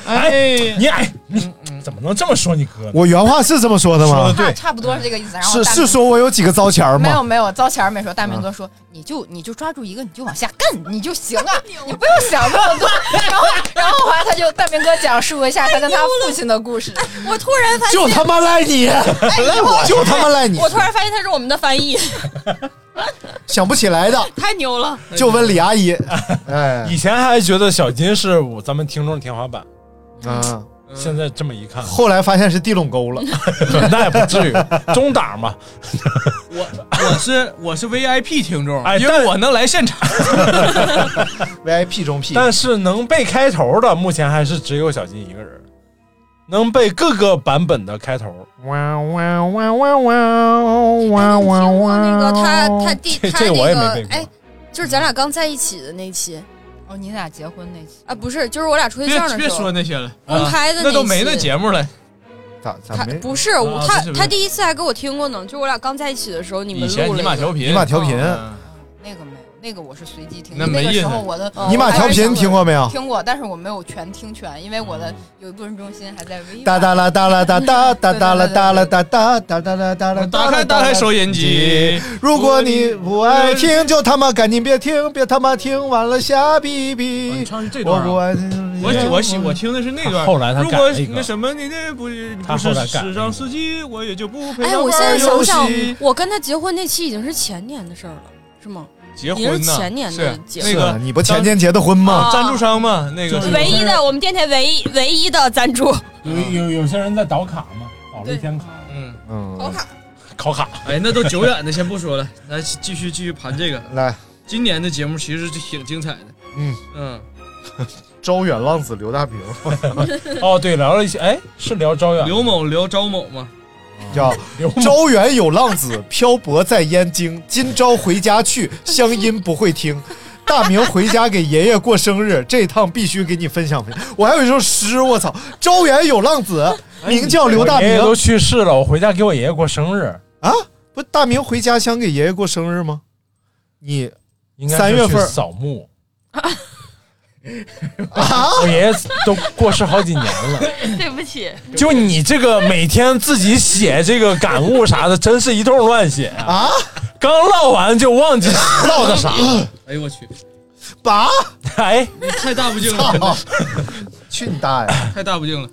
哎，
你哎，你怎么能这么说你哥呢？
我原话是这么说的
哦
吗？
差差不多是这个意思。然后
是
大
是
明
说我有几个糟钱儿
没有
吗？嗯
没有，糟钱儿没说。大明哥说，你就你就抓住一个，你就往下干，你就行啊，你不用想那么多。 然后然后后来他就大明哥讲述了一下他跟他父亲的故事。
我突然发现，
就他妈赖你
哎
赖我就他妈赖你
我突然发现他是我们的翻译，
想不起来的，
太牛了！
就问李阿姨。哎，
以前还觉得小金是我咱们听众天花板，
啊，
嗯
现在这么一 看，
后来发现是地垄沟了，
那也不至于，中档嘛。
我是我是 VIP 听众，
哎
因为
但
我能来现场。
VIP 中 P，
但是能被开头的，目前还是只有小金一个人。能被各个版本的开头，
哇哇哇哇哇哇哇哇！
那个他
哦
他弟
这
他
这我
那
也没背
个
过
哎，就是咱俩刚在一起的那期
哦，你俩结婚那期
啊，不是，就是我俩处对
别
象的时候。
别说那些了，
公开的
啊
那
那都没
期
那节目了。
咋
他
咋没？
不是我，
啊
他
不是不是
他第一次还给我听过呢，就是我俩刚在一起的时候，你们
以
录了一
前
个。
尼玛调频，
尼玛调频
嗯
那个没有，那个我是随机听。
那
的。
没
那个
意思
时候我的
哦
尼玛调频听过没有嗯
听过，但是我没有全听全，因为我的有一部分中心还在微
哒哒啦哒啦哒哒哒哒啦哒啦哒哒哒哒啦哒啦。
打开打开收音机，
如果你不爱听，就他妈赶紧别听，别他妈听完了瞎逼逼。我不爱听。
啊我我喜我听的是那段。
后来他
如
改
果
了一个
那什么，你这不
他
不是
后来改了
史
一个
上司机，我也就不陪
哎，
他
我现在
玩
想
游
想
戏，
我跟他结婚那期已经是前年的事儿了，是吗？
结婚
你
呢
是前年的
是
结
那
婚。
个
你不前年结的婚
啊
吗？
赞助商 嘛，那个
唯一的，我们电台唯一唯一的赞助，
有有有些人在倒卡嘛，倒了一天卡，
嗯
嗯，
考卡。
哎，那都久远的，先不说了，来继续继续盘这个。
来，
今年的节目其实就挺精彩的，
嗯，
嗯，
招远浪子刘大明，
哦，对，聊了一些，哎，是聊招远，
刘某聊招某嘛，
叫招远有浪子，漂泊在燕京。今朝回家去，乡音不会听。大明回家给爷爷过生日，这一趟必须给你分享分享。我还有一首诗，我操，招远有浪子，名叫刘大
哎我爷
明
爷。都去世了，我回家给我爷爷过生日，
啊，不，大明回家乡给爷爷过生日吗？你
应该是
三月份
去扫墓，
啊，
我爷爷都过世好几年了。
对不起，
就你这个每天自己写这个感悟啥的，真是一通乱写
啊！
刚唠完就忘记唠的啥，
哎呦我去，
爸，
哎，
你太大不 敬了，真的
操
是，
去你大爷
太大不敬了。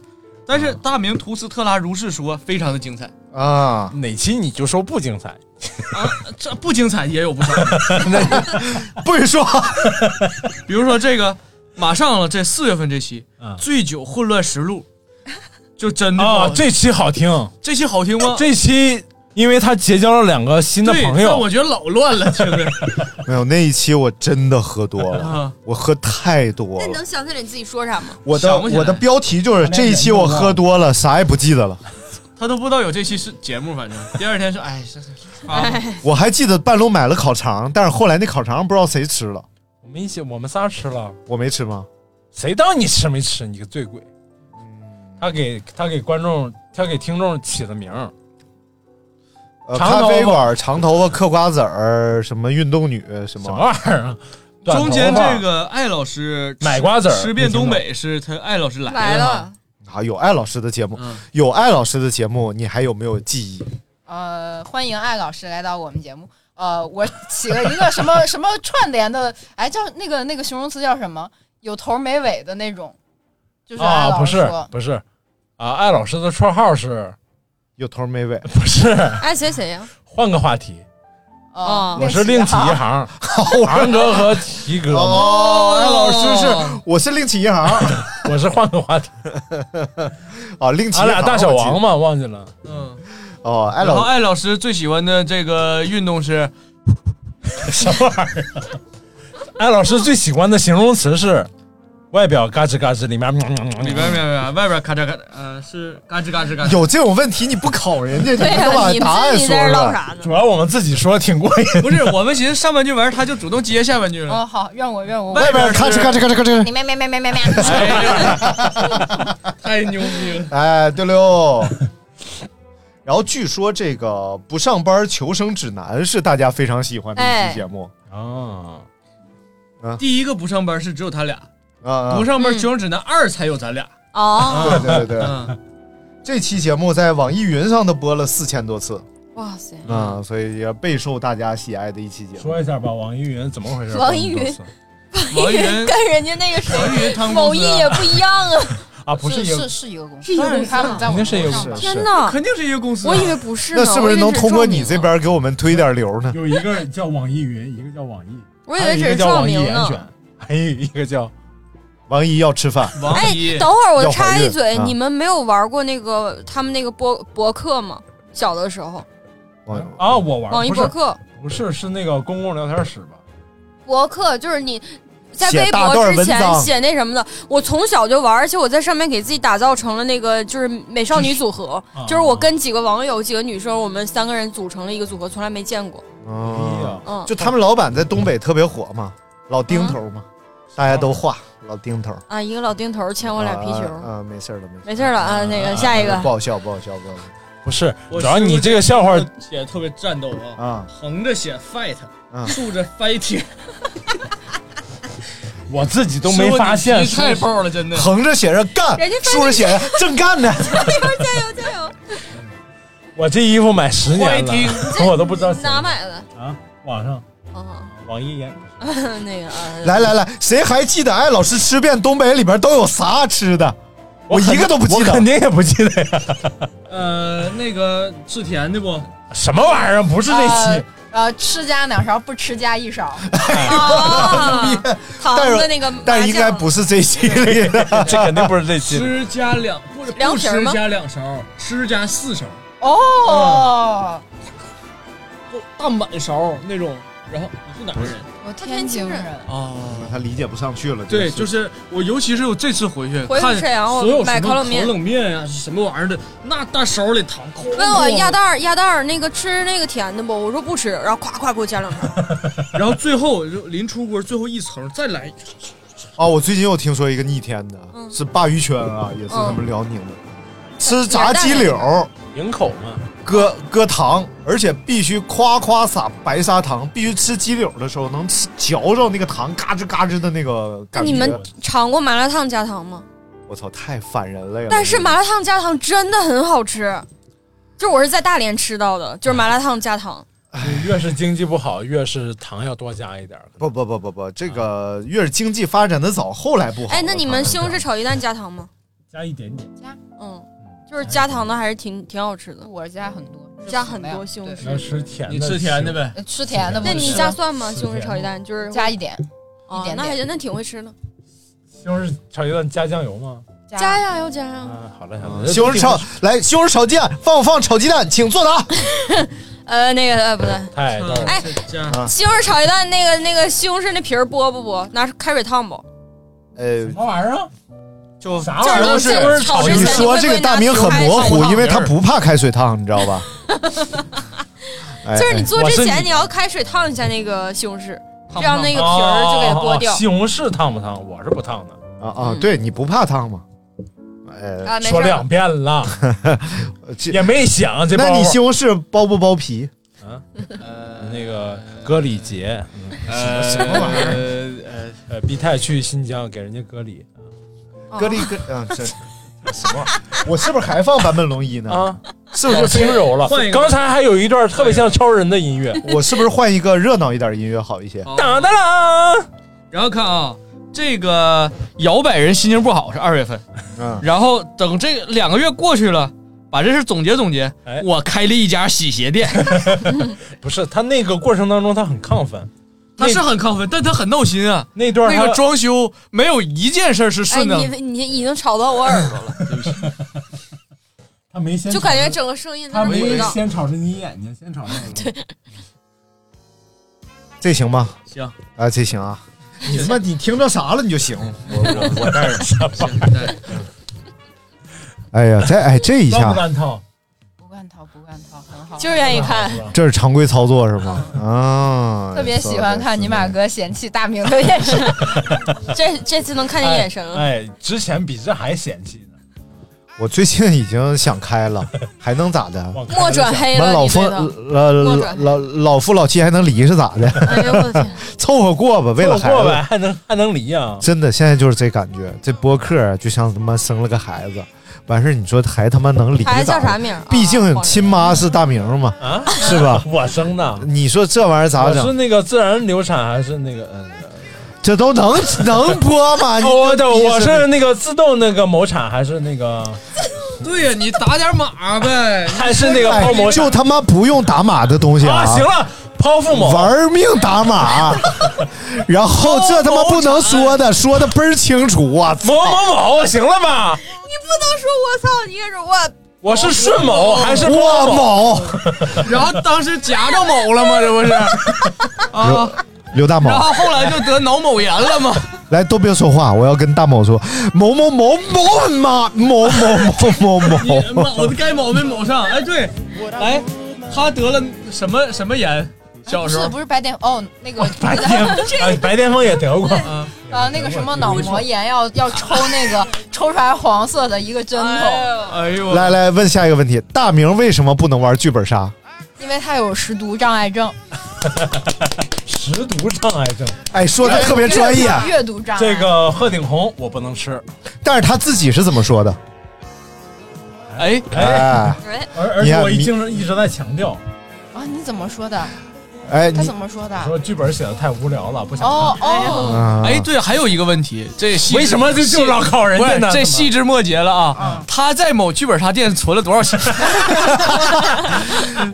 但是大明图斯特拉如是说，非常的精彩
啊！
哪期你就说不精彩？
啊，这不精彩也有 不少。
不许说，
比如说这个，马上了，这四月份这期
啊
《醉酒混乱实录》，就真
哦
的
啊
好，
这期好听，
这期好听吗？
这期因为他结交了两个新的
对，
朋
但
友
我，觉得老乱了，听着
没有那一期我真的喝多了
啊，
我喝太多
那你
了。
能想起来你自己说啥 吗？
我的
想不起来
我的标题就是这一期我喝多了，啥也不记得了。
他都不知道有这期是节目，反正第二天说，哎，这这啊，
我还记得半路买了烤肠，但是后来那烤肠不知道谁吃了，
我们一起我们仨吃了，
我没吃吗？
谁当你吃没吃？你个醉鬼！
嗯
他给他给观众，他给听众起的名儿，
呃，
长头
咖
发
啡馆、长头发、嗑瓜子儿、什么运动女、什么什么
玩意儿 啊？
短头
中
发
间这个艾老师吃
买瓜子儿
吃遍东北是他艾老师来
来
了
了，啊，有艾老师的节目，有艾老师的节目，你还有没有记忆？
呃，欢迎艾老师来到我们节目。呃，我起了一个什么什么串联的，哎，叫那个那个形容词叫什么？有头没尾的那种，就是艾
啊，
老
不
师
是
说，
不是啊，艾老师的绰号是
有头没尾，
不是？
爱谁谁呀？
换个话题，
哦
啊
我是另起一 行，航哥和提哥嘛。
哦，艾老师
哦
是，我是另起一行，
我是换个话题
啊，另起一行
俺俩大小王嘛，
我
忘记了。
嗯，
记哦，艾
然后
老
艾老师最喜欢的这个运动是
什么玩意儿？啊艾老师最喜欢的形容词是外表嘎吱嘎吱，里面
里边面面外边咔嚓咔嚓，呃，是嘎吱嘎吱嘎吱。
有这种问题你不考人家，你
对呀
不能把
你
答案
自己
说
在
出
这唠
来
啥。呢
主要我们自己说挺过瘾。
不是，我们寻思上半句完，他就主动接下半句了。
哦，好，怨我怨我。
外边咔哧咔哧咔哧咔哧
你咩咩咩咩咩 咩。
太牛逼了！
哎，对溜。 然后据说这个《不上班求生指南》是大家非常喜欢的一
哎
期节目
啊。
啊
第一个不上班是只有他俩，
啊
不上班求生指南二才有咱俩。
哦
对对对
嗯
对，这期节目在网易云上都播了四千多次
哇塞！
啊，所以也备受大家喜爱的一期节目。
嗯说一下吧，网易云怎么回事？
网易云
王一云
跟人家那个谁
王一云他们
某
公司啊
一也不一样啊！
啊，不是一个
是是一个公司，
是一个公司啊
他们在我
肯
们
定是一个公
上
司
班。
天哪，
肯定是一个公司啊
我以为不是呢，
那是不是能通过你这边给我们推点流呢？
有一个叫网易云，一个叫网易，
我以为
一
只
个
是
叫
照
网易
明
严
呢
选，还有一个叫
王一要吃饭，
王
哎
一，
等会儿我
要
插
怀
一
孕
嘴，
啊
你们没有玩过那个他们那个博博客吗？小的时候，
啊，我玩
网易
不是
博客，
不是是那个公共聊天室吧？
博客就是你在
写
微
大
博
段
之
文
前
章
写那什么的。我从小就玩，而且我在上面给自己打造成了那个就是美少女组合，
啊
就是我跟几个网友、几个女生，我们三个人组成了一个组合，从来没见过。
哎
哦
嗯
就他们老板在东北特别火嘛，老丁头嘛，
嗯
大家都画老丁头。
啊，一个老丁头欠我俩皮球，
啊啊，啊没事儿了，没事儿
没事儿了啊。那个下一个
不好笑，不好笑，不好笑。
不是，
我
主要你这个笑话
写得特别战斗啊，
啊，
横着写 fight，
嗯
啊
竖着 fighting，
我自己都没发现，
师傅你脾气太爆了真的
横着写着干
人家，发现
竖着写着正 干呢。
我这衣服买十年了
欢迎，
我都不 知道
哪买的？
啊，网上
啊，
网易严
那个啊，
来来来，谁还记得哎艾老师吃遍东北里边都有啥吃的？我
肯
一个都不记得，
我肯定也不记得呀。
呃，那个是甜的不？
什么玩意儿？啊不是这期，
呃，呃吃加两勺，不吃加一勺。
啊，糖
但
的
是
那个麻酱，
但应该不是这系列的，
这肯定不是 这期
吃加两不是
凉
不
皮儿
吃
吗
加两勺，吃加四勺，
哦，
不大满勺那种。然后你是哪个人？
我天津人，
哦，
他理解不上去了。
对，
这个
就
事
是我，尤其是我这次回去
回
看
沈阳我
所有
买
什么
烤冷面
烤冷面呀、什么玩意儿的，那大勺里糖。哐
问我
哐
鸭蛋儿，鸭蛋儿那个吃那个甜的不？我说不吃，然后夸夸给我加两勺。
然后最后就临出锅最后一层再来一层，
啊，我最近又听说一个逆天的，
嗯
是鲅鱼圈啊，也是他们辽宁的，吃炸鸡柳，
营口嘛，
搁搁糖，而且必须夸夸撒白砂糖，必须吃鸡柳的时候能吃嚼着那个糖嘎吱嘎吱的那个
那
感觉。
你们尝过麻辣烫加糖吗？
我操，太反人类了！
但是麻辣烫加糖真的很好吃，就我是在大连吃到的，就是麻辣烫加糖。
你越是经济不好，越是糖要多加一点儿。
不不不不不，这个越是经济发展的早，后来不 好。
哎，那你们西红柿炒鸡蛋加糖吗？
加一点点，
嗯，就是加糖的还是挺挺好吃的。
我加很多，
加很多西红
要
柿。
吃甜的，
你吃甜的呗
呃吃甜的不
那
吃。
你加蒜吗？西红柿炒鸡蛋就是
加一点，一
哦
点点
那还那挺会吃的。
西红柿炒鸡蛋加酱油吗？
加呀，要加呀。
啊，好嘞，好
啊
嘞。
西红柿炒来西红柿炒鸡蛋，放不放炒鸡蛋？请作答。
呃，那个呃，不对，
太
嗯
逗了
哎，
加
啊
西红柿炒鸡蛋那个那个西红柿那皮儿剥不剥？拿开水烫不？
呃，
什么玩意儿啊？
就
啥玩意
就
儿？
是
西红柿炒鸡
你
蛋。
说这个大名很模糊， 因为他不怕开水烫，你知道 吧？哎
就是你做之
我是
前
你
你要开水烫一下那个西红柿，
烫不烫
这样那个皮儿就给它剥
哦哦哦
掉。
嗯
西红柿烫不烫？我是不烫的。
啊啊，对你不怕烫吗？呃，
啊没事
说两遍 了，也没想这包。
那你西红柿剥不剥皮？
啊，那个割礼节，嗯
呃什么玩意
儿？呃呃，毕太去新疆给人家割礼，
割了一个 啊，这什么？我是不是还放版本龙一呢？
啊，
是不是就
轻柔了？刚才还有一段特别像超人的音乐，
我是不是换一个热闹一点的音乐好一些？
当当当！然后看啊，这个摇摆人心情不好是二月份，然后等这两个月过去了，把这事总结总结，我开了一家洗鞋店。
不是他那个过程当中他很亢奋，
他是很亢奋，但他很闹心啊。
那段
那个
他
装修没有一件事儿是
哎，
顺的。
你你已经吵到我耳朵了，
他没先，
就感觉整个声音
他
都是
没
鼓的。
先吵着你眼睛，先吵那个。
这行吗？
行
啊， 这行啊。你他妈你听着啥了你就行，我我我带着。 哎呀，这哎这一
乱
下
不，乱套？
就是愿意看，
这是常规操作 是吗？啊，
特别喜欢看尼玛哥嫌弃大明的眼神。
这这次能看见眼神了。
哎，之前比这还嫌弃呢。
我最近已经想开 了，还能咋的？
墨转黑
完
了，
老
你
夫
这
老
个
老老老夫老妻还能离是咋的？ 凑合过吧，为了孩
过呗，
子。
还能还能离啊？
真的，现在就是这感觉，这播客啊就像他妈生了个孩子，完事儿你说还他妈能离
孩子
咋
叫
的？
啥名儿？啊
毕竟亲妈是大名嘛，
啊，
是吧？
我生的，
你说这玩意儿咋
我是
整？哎
那个自然流产还是那个嗯？
这都能能播吗？ 你
我的
逼
我
似
是那个自动那个某产还是那个
对呀，你打点码 呗，
还是那个
哎
泡馍
就他妈不用打码的东西
啊？行了，抛父母
玩命 打码，然后这他妈不能说
哦
的，说的倍儿清 楚啊！
某某某，行 了吧？
你不能说我操，你也是我。
我是顺某还是
我某？
哦 然后当时夹着某 了吗？这不是？啊，
刘大某
然，后后来就得脑某炎了吗？
来都别说话，我要跟大某说，某某某某妈某某某某某
某的该某没某上。哎，对，哎，他得了什么什么炎？小
不
时
是
候
不是白癜哦，那 个
白癜哎，白癜风 也得过，
啊，那个什么脑膜炎要要抽那 个抽出来黄色的一个针头，
哎呦
来来问下一个问题，大明为什么不能玩剧本杀？
因为他有食毒障碍症，
食毒障碍症。
啊
哎，说的特别专
哎
业，
阅读障碍。
这个鹤顶红我不能吃，
但是他自己是怎么说的？
哎
哎，
而而
你
且
看
我一
你
经一直在强调，
啊，你怎么说的？
哎
他怎么说的？
说剧本写的太无聊了，不想
哦
看。
哦，
啊
哎，对，还有一个问题，这细
啊为什么就就老考人家呢
不是这细枝末节了啊！他在某剧本杀店存了多 少钱？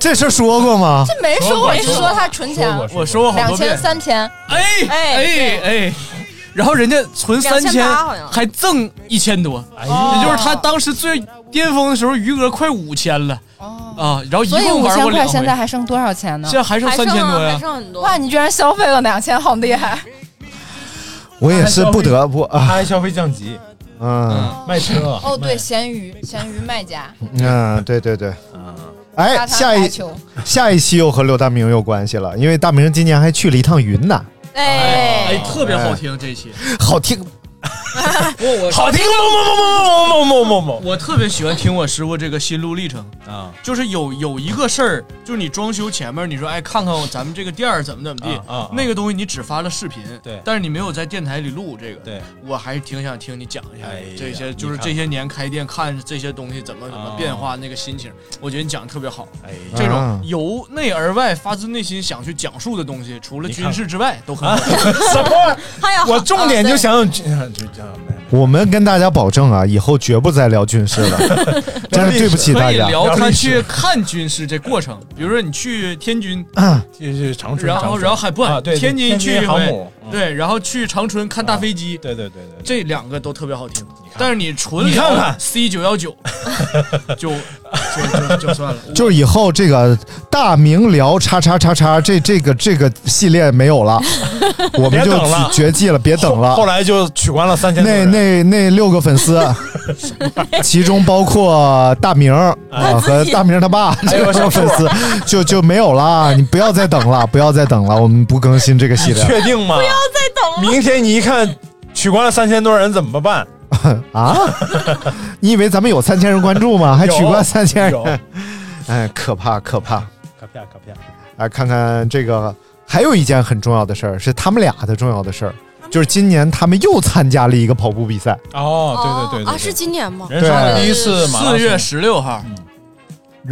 这事儿说过吗？
这没说，我一直说他存钱，
我说过好
两
多
千
遍。
三千，
哎
哎
哎哎，然后人家存三千
2800好，像
还赠一千多，
哎
呀
也就是他当时最巅峰的时候余额快五千了啊，然后一
哦所以
共
五
玩
千
过
块
两
现
回
在。还剩多少钱呢？
现在还剩还剩啊3000多呀还
剩很多。哇，你居然消费了两千，好厉害！
我也是不得不
他
啊，
还消费降级，
啊
嗯
卖车。
哦，对，咸鱼，咸鱼卖家，
嗯，对对对，
沙
哎，
滩
下
排
一
球
下一期又和刘大明有关系了，因为大明今年还去了一趟云南，
哎，特别好听这一期，
好听，
我我
好听某某某某某某某某，
我特别喜欢听我师傅这个心路历程啊，就是有有一个事儿，就是你装修前面你说哎看看我咱们这个店儿怎么怎么地
啊啊啊
那个东西你只发了视频，
对
但是你没有在电台里录这个，
对，
我还是挺想听你讲一下
哎呀
这些，
你
就是
看
这些年开店看这些东西怎么怎么
啊
变化那个心情，我觉得你讲的特别好，
哎
这种
啊
由内而外发自内心想去讲述的东西，除了
你
军
看
事之外都很好。
什么？啊我重
啊
点就想想军，
我们跟大家保证啊，以后绝不再聊军事了，真是对不起大
可以
家。
聊他去看军事这过程，比如说你去天津，
去去长春，
然后然后还不
啊对
天津去一
航
回
母，
对，然后去长春看大飞机，
对对对对，
这两个都特别好听。但是你纯
你看看
C 九 幺九，就就就就算了。
就是以后这个大明聊叉叉叉叉这这个这个系列没有了，我们
别
就
等了
绝迹了，别等了。
后来就取关了三千多
那
人。
那那六个粉丝，其中包括大明儿
哎
啊和大明儿他爸
还
这 六
有哎小
个
兔
粉丝就就没有了，你不要再等了，不要再等了，我们不更新这个系列了。
确定吗？不要再等了。明天你一看取关了三千多人怎么办？
啊！ 你以为咱们有三千人关注吗？还取关三千
有有
人？哎，可怕可怕！
可骗可骗。
来看看这个，还有一件很重要的事儿，是他们俩的重要的事儿，就是今年他们又参加了一个跑步比赛。
哦，对对对对
啊，是今年吗？
人生
对
第一次马拉松
四月十六号，
嗯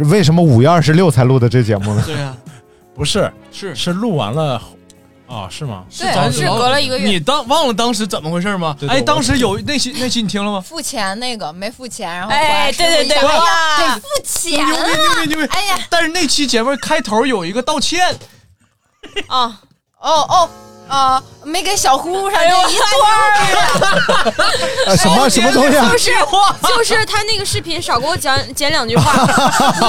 为什么五月二十六才录的这节目呢？
对呀，
不是
是
是录完了，哦，是吗？
对咱是隔了一个月
你当忘了当时怎么回事吗？
对对
哎，
我
当时有那期那期你听了吗？
付钱那个没付钱，然后
哎
花十五
对对对
一下哎
哇
呀，得付钱
牛逼
了，
牛逼牛逼！哎呀，但是那期节目开头有一个道歉，
啊，
哦哦。啊、没给小姑上那一段儿
啊，什么什么东西 啊？
就是就是他那个视频，少给我讲讲两 句话。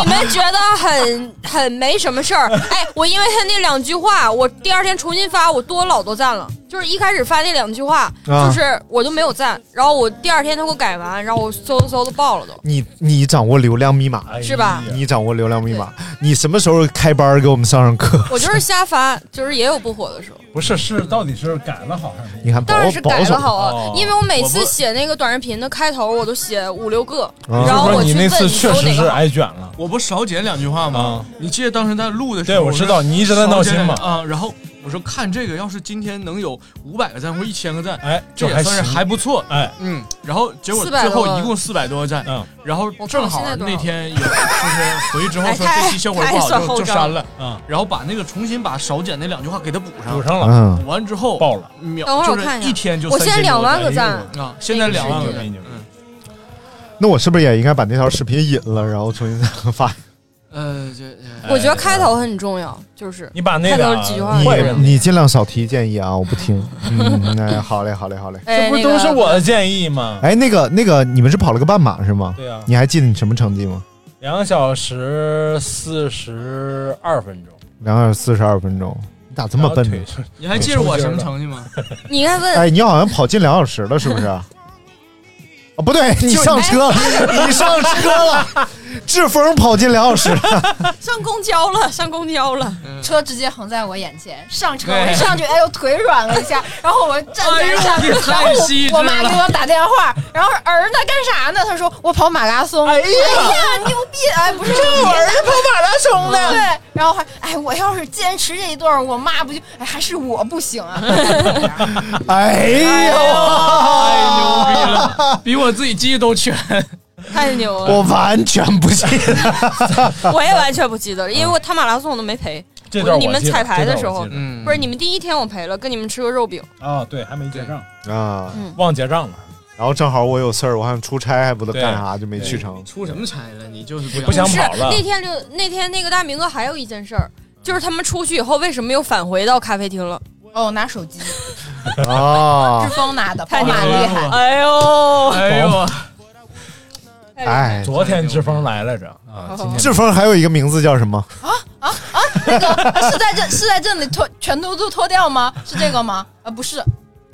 你们觉得很很没什么事儿？哎，我因为他那两句话，我第二天重新发，我多老多赞了。就是一开始发那两句话，
啊
就是我都没有赞，然后我第二天他给我改完，然后我嗖嗖嗖的爆了都。
你你掌握流量密码
是吧哎呀
你掌握流量密码，你什么时候开班儿给我们上上课？
我就是瞎发，就是也有不火的时候。
不是是到底是改了好还是没？
你看保
当然是改
保守
了好啊
哦，
因为我每
我
次
不
写那个短视频的开头，我都写五六个，
嗯
你哦是
然后
说
我去
你那
问
次确
搜
实
哪
是哎
个好。
挨卷了。
我不少剪两句话吗？你记得当时在录的时候，
啊对我知道
是
你一直在闹心
少
嘛
剪两啊，然后我说看这个，要是今天能有五百个赞或一千个赞，
哎
这
就
也
还
算是
行
还不错，
哎，
嗯，然后结果
400
最后
多了
一共四百多个赞，
嗯，
然后正好
我看我现在多少
那天有就是回去之后
哎
说
太
这期效果
太
不好
算
就
后
就
账
删了，
嗯，
然后把那个重新把少剪那两句话给它补上，
补上了嗯
补完之后
爆了
秒
等会儿
就
我
是
看一下
一天就
我现在
3000
两万
多
个赞
啊，现在两万个
哎
赞，嗯
那我是不是也应该把那条视频引了，然后重新再发？
呃，这
我
哎
觉得开头很重要，就是
你把
开
那
头
个
几句话。
你你尽量少提建议啊，我不听。嗯，哎，好嘞，好嘞，好嘞。
哎
这不
那
都
个
是我的建议吗？
哎，那个那个，你们是跑了个半马是吗？
对啊
你还记得你什么成绩吗？
两小时四十二分钟，
两小时四十二分钟，你咋这么笨呢
然后？腿
你还记着我什么成绩吗？
你应该问
哎，你好像跑近两小时了，是不 是？啊，哦不对，你上 车了，你 上车了。志峰跑进两小时了，
上公交了，上公交了，
车直接横在我眼前，上车
对
我上去，哎呦腿软了一下，然后我站在那
哎
儿，
呦你
然
太
后
细致
我我妈
了
给我打电话，然后儿子干啥呢？他说我跑马拉松，哎呀牛逼！哎，不是
这我儿子跑马拉松呢
对，然后还哎我要是坚持这一段，我妈不就哎还是我不行啊？
哎 呦，
太牛逼了，比我自己记忆都全。
太牛了！
我完全不记 得。
我也完全不记得了，因为我他马拉松我都没陪。
这段我
你们
记得
彩排的时
这段
候
我记得嗯，
不是你们第一天我陪了，跟你们吃个肉饼。
啊，对，还没结账，
啊，
忘结账了。
然后正好我有事儿，我好像出差还不得
对
干啥，就没去成。
出什么差了？你就是
不想跑了
那天就那天那个大明哥还有一件事儿，就是他们出去以后为什么又返回到咖啡厅了？
哦，拿手机，
啊
志，峰拿的，啊
太
宝马
牛了
厉害，
哎呦
哎呦，
哎，
昨天志峰来来着啊，今天
志峰还有一个名字叫什 么？
那个是在这是在这里脱全都都脱掉吗？是这个吗？啊，不是，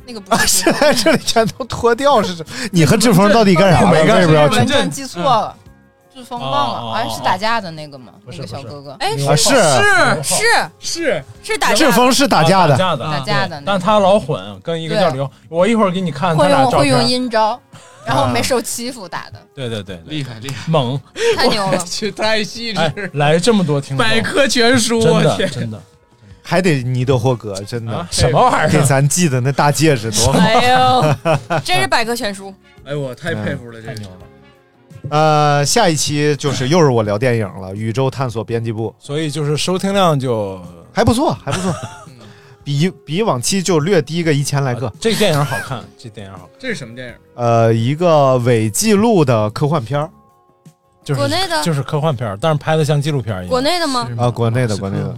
那个不 是。
是在这里全都脱掉是什么？你和志峰到底干啥了？
没干
为什么要去
文正记错了，志峰忘
哦哦
了，好像是打架的那个吗？那个小哥哥，
哎
啊是
是是
是
是打架的。
志峰是打架的
啊打架的，
打架的
对但他老混，跟一个叫刘，我一会儿给你看他
会
俩
用
照
会用
片。
阴招，然后
啊
没受欺负打的，
对对对，
厉害厉害，
猛！
太牛
哎
了。
这太细
哎
致，，
来这么多听众，
百科全书，
真
我
的
天，
真的，
还得尼德霍格，真的
啊什么玩意儿
给咱寄的那大戒指 多好！
哎呦，真是百科全书。
哎我太佩服了，这个。
呃，下一期就是又是我聊电影了，宇宙探索编辑部
所以就是收听量就呃
还不错，还 不错，比比往期就略低个一千来个。
这电影好看， 这电影好看，
这是什么电影？
呃，一个伪纪录的科幻片儿
就是
国内的
就是科幻片儿，但是拍的像纪录片儿一样。
国内的
嗯
吗？
啊，国内的，国内的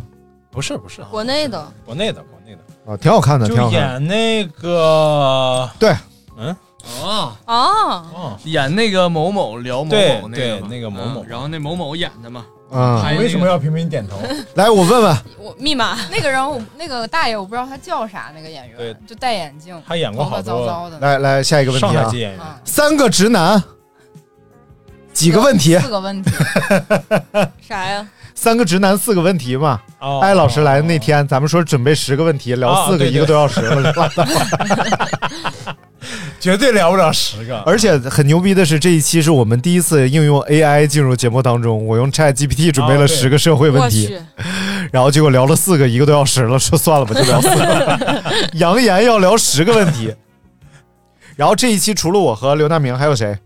不是不是
啊
国内的
国内的，国内的，
啊，挺好看的，
就
挺好看的。
演那个
对，
嗯，
哦，
哦，
演那个某某聊某
对
某那个
对
嘛
那个某某
嗯然后那某啊某演的嘛，
嗯
拍那个
为什么要频频点头？
来，我问问，
我密码
那个人我那个大爷我不知道他叫啥，那个演员
对，
就戴眼镜，
他演过好
头发
多
糟糟的，嗯
来来，下一个问题
上海
啊
籍，演员，
三个直男，几个问题？
四个 问题，
啥呀？
三个直男四个问题嘛。
哦
艾老师来那天，咱们说准备十个问题，聊
啊
四个，
对对
一个多小时了，
绝对聊不了十个。
而且很牛逼的是，这一期是我们第一次应用 AI 进入节目当中。我用 Chat GPT 准
哦
备了十个社会问题，然后结果聊了四个，一个多小时了，说算了吧，就聊四 个。扬言要聊十个问题。然后这一期除了我和刘大明，还有谁？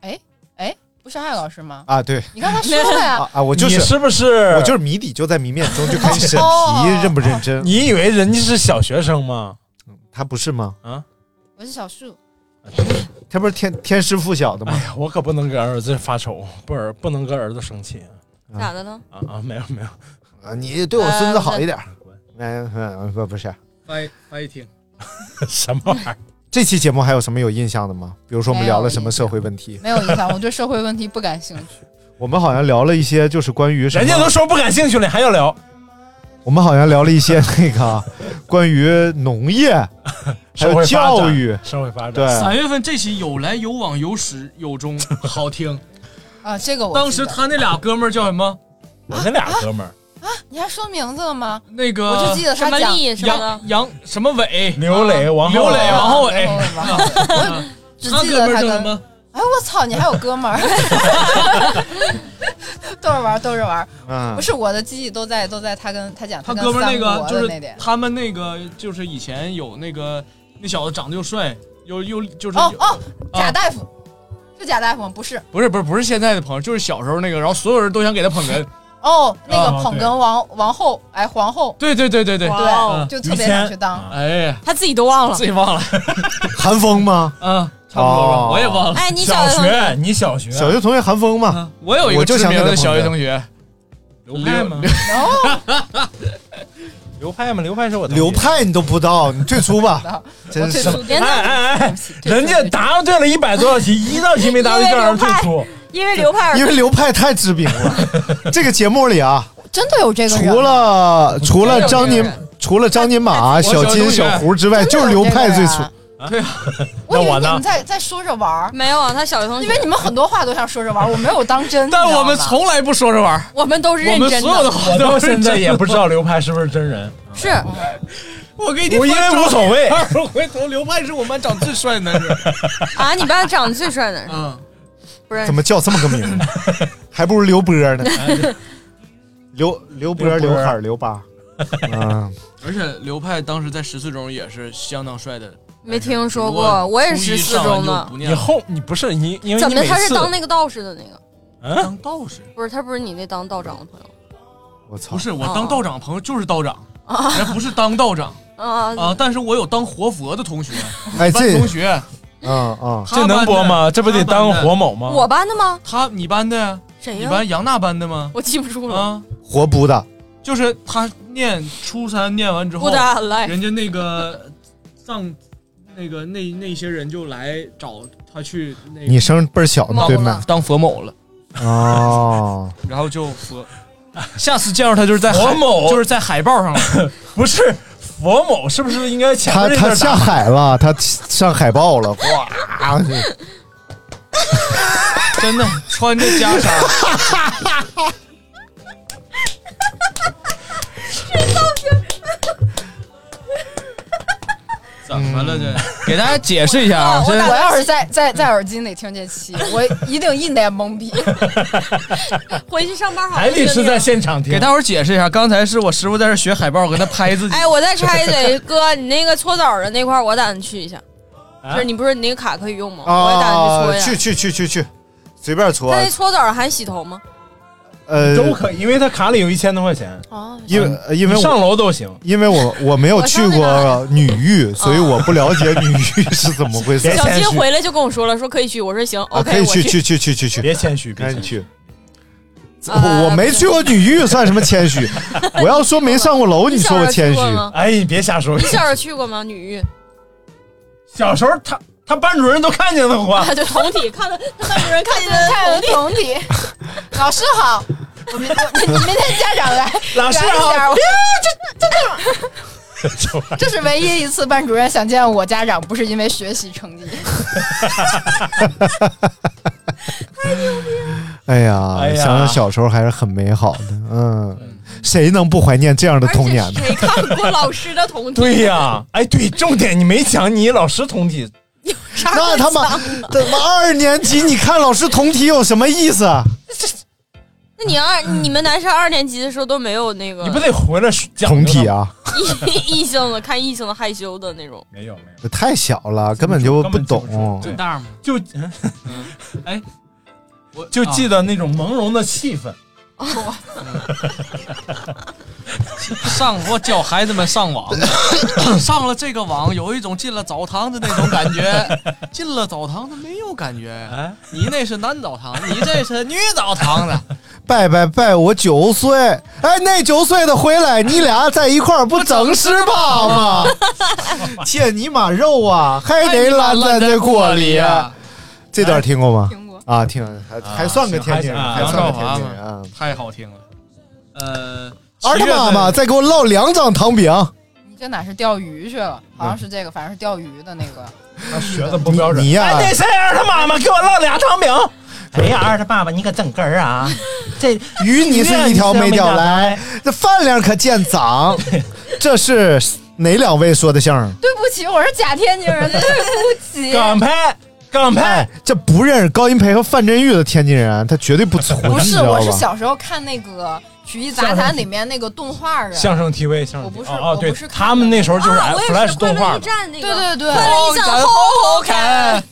哎哎，不是艾老师吗？
啊，对，
你刚才说了 呀
啊，啊我就是
你是不是
我就是谜底就在谜面中，就开始审题
哦
认不认真。
你以为人家是小学生吗？
他不是吗？
啊，
我是小树，
他不是天天师父小的吗？
哎呀，我可不能给儿子发愁，不儿不能跟儿子生气
咋的呢？
啊啊！没有没有，
啊，你对我孙子好一点。嗯嗯，不不是。
翻翻译听，
什么玩意儿？
这期节目还有什么有印象的吗？比如说我们聊了什么社会问题？
没有影响，我对社会问题不感兴趣。
我们好像聊了一些，就是关于什么
人家都说不感兴趣了，还要聊？
我们好像聊了一些那个关于农业，还
社
有
会发展
教育，
社会发展。
对
三月份这期有来有往有始有终， 好听。
啊，这个我
当时他那俩哥们儿叫什么？
我那俩哥们儿，
啊，你还说名字了吗？
那个
我就记得他讲
杨杨什么伟，
嗯刘磊、王
刘磊、王
浩
浩
伟，
伟，
只
他
记
哥
得
们儿
他
叫什
跟
么？
哎，我操，你还有哥们儿， 逗着玩儿，逗着玩儿。
嗯
不是我的记忆都在都在他跟他讲
他
跟
哥们儿那
三
个
国
就
的
是
点。
他们那个就是以前有那个那小子长得又帅又又就是
哦
有
哦，
啊
贾大夫是贾大夫吗？不是
不是不是不是现在的朋友，就是小时候那个，然后所有人都想给他捧哏。
哦，那
啊
个捧
对
哏王王后哎皇后，
对对对对对
对
嗯
哦就特别想去当。
哎呀，
他自己都忘了，
自己忘了。
韩风吗？
嗯，差不多吧，
哦
我也忘了。
哎你
小学，你小学，
小学同学韩风嘛。
我有一
我
个
就
知
想
名
给他
的
捧
小学
哏
同学，流派吗？
流派吗？流 派是我
流派你都不知道，你退出吧真是
我退出别闹
哎哎哎，人家答对了一百多道题，一道题没答对，叫人退出。
因为刘派，
因为流派太知名了。这个节目里啊，
真的有这个人
除了除
真
了
的有
张
这个
宁
人，
除了张宁马、
小
小金、
同学
小胡之外，就是流派最出。
对啊，
我以为你们？在在说着玩儿，
没有啊，他小学同学，
因为你们很多话都想说着玩儿，我没有当真。
但
你知道
我们
吗
从来不说着玩儿。
我们都是认
我
真
们所有的话
我到现在也不知道
流，
流派是不是真人，
是啊
我给你
我因为无所谓
我回头刘派是我们班长最帅的男人。
啊，你班长得最帅的人，
嗯，
不认识
怎么叫这么个名儿？还不如刘波呢。刘刘波、
刘波
刘海儿、刘疤。嗯，
而且刘派当时在十四中也是相当帅的，
没听说
如
过，
果
我也
初一
是十四
上完就
中的
不。念
你
了
后你不是你，因为
怎
你
么
每次
他是当那个道士的那个？
嗯，
道士
不是，他不是你那当道长的朋友
我操
不，是我当道长朋友就是道长，
啊
人不是当道长
啊
啊，但是我有当活佛的同学，
哎
班
这
同学，
嗯嗯，
这能播吗？这不得当
活
活某吗？
啊我班的吗？
他你班的呀？
谁
你
呀？
班杨大班的吗？
我记不住了。
啊，
活补的。
就是他念初三念完之后
不，打来，
哦人家那个藏那个那那些人就来找他去那个
你声倍儿小呢，对吗？
当佛某了，
哦，
然后就佛。 下次见着他就是在
佛
海
某
就是在海报上了。
不是佛某，是不是应该前
他
面那
他
段
下
打？
海了，他上海报了，哇！
真的穿着袈裟，怎么了这？嗯给大家解释一下 啊，
我
现在
要是在在在耳机里听这期，我一定一脸懵逼。
回去上班好。
还得是在。现场听
给。大伙儿解释一下，刚才是我师傅在这学海报，搁那拍 自己。
哎，我再插一嘴，哥，你那个搓澡的那块儿，我打算去一下。
啊
就是你不是你那个卡可以用吗？我也打算
啊
去，搓
去
一下。
去去去去，随便搓
他。那搓澡还洗头吗？
呃，
都可以，因为他卡里有一千多块钱，
哦，
因为呃因为
你
我
上楼都行。
因 为我我没有去
啊
过女浴，所以我不了解女浴是怎么回事
别。
小
谦
金
虚
回来就跟我说了，说可以去，我说行
啊，
，OK，
可以
我
去去去去去去，
别谦虚，别
赶
谦
紧
虚。
去。
啊
我我没去过 女浴，算什么谦虚？我要说没上过楼，你说我谦
你
虚
小时候去过吗？
哎，你别瞎说
你。小时候去过吗？女浴
小时候他他班主任都看见他 过，
啊，就同体，看到他班主任 看见的
看着
同体，
同体，老师好，我明我你明天家长来，
老师
圆一
好
点儿我这是唯一一次班主任想见我家长，不是因为学习成绩。
哎呀
哎，呀
哎想想小时候还是很美好的，嗯。谁能不怀念这样的童年呢？
谁看过老师的童体？
对呀，哎，对，重点你没讲你老师同体，
那他妈他妈二年级，你看老师同体有什么意思？啊
那你二你们男生二年级的时候都没有那个，
你不得回来讲
同体啊？
异异性的看异性的害羞的那种？
没有没
这太小了，根本就不懂。
有，大吗？就，哎，我就记得那种朦胧的气氛。
上我教孩子们上 网，上了这个网，有一种进了澡堂子那种感 觉，进了澡堂子没有感觉。
哎
你那是男澡堂，你这是女澡堂 的。
拜拜拜，我九岁，哎，那九岁的回来，你俩在一块儿不整尸吧吗？切你妈肉啊，还
哎
得烂在这锅里啊。这段听过吗？听过啊，听了还还算个天津人，
啊
还算个天津人
杨少
啊
华。太好听了。呃，
二他妈妈，再给我烙两张糖饼。
你这哪是钓鱼去了？
啊
好像是这个，反正是钓鱼的那个。
学的不标准。哎
你呀，
那谁二他妈妈给我烙俩汤饼？
哎呀，二他爸爸，你可整根儿啊！ 这
鱼你是一条没钓
来，
来，这饭量可见 长。这是哪两位说的相声？
对不起，我是假天津人，对不起。
派，港
派，这不认识高音培和范振钰的天津人，他绝对不存，
不
你知
是，
道
我是
吧？
小时候看那个《曲艺杂
相
谈
声》
里面那个动画啊，
相声 TV，相声 TV, 我
不是
哦，哦
我
对
不是看
他们那时候就是哎
啊我也是
Flash 动画
快乐
哦嘛
驿站那个，对对对，
哎
快乐驿站好好
哦
看。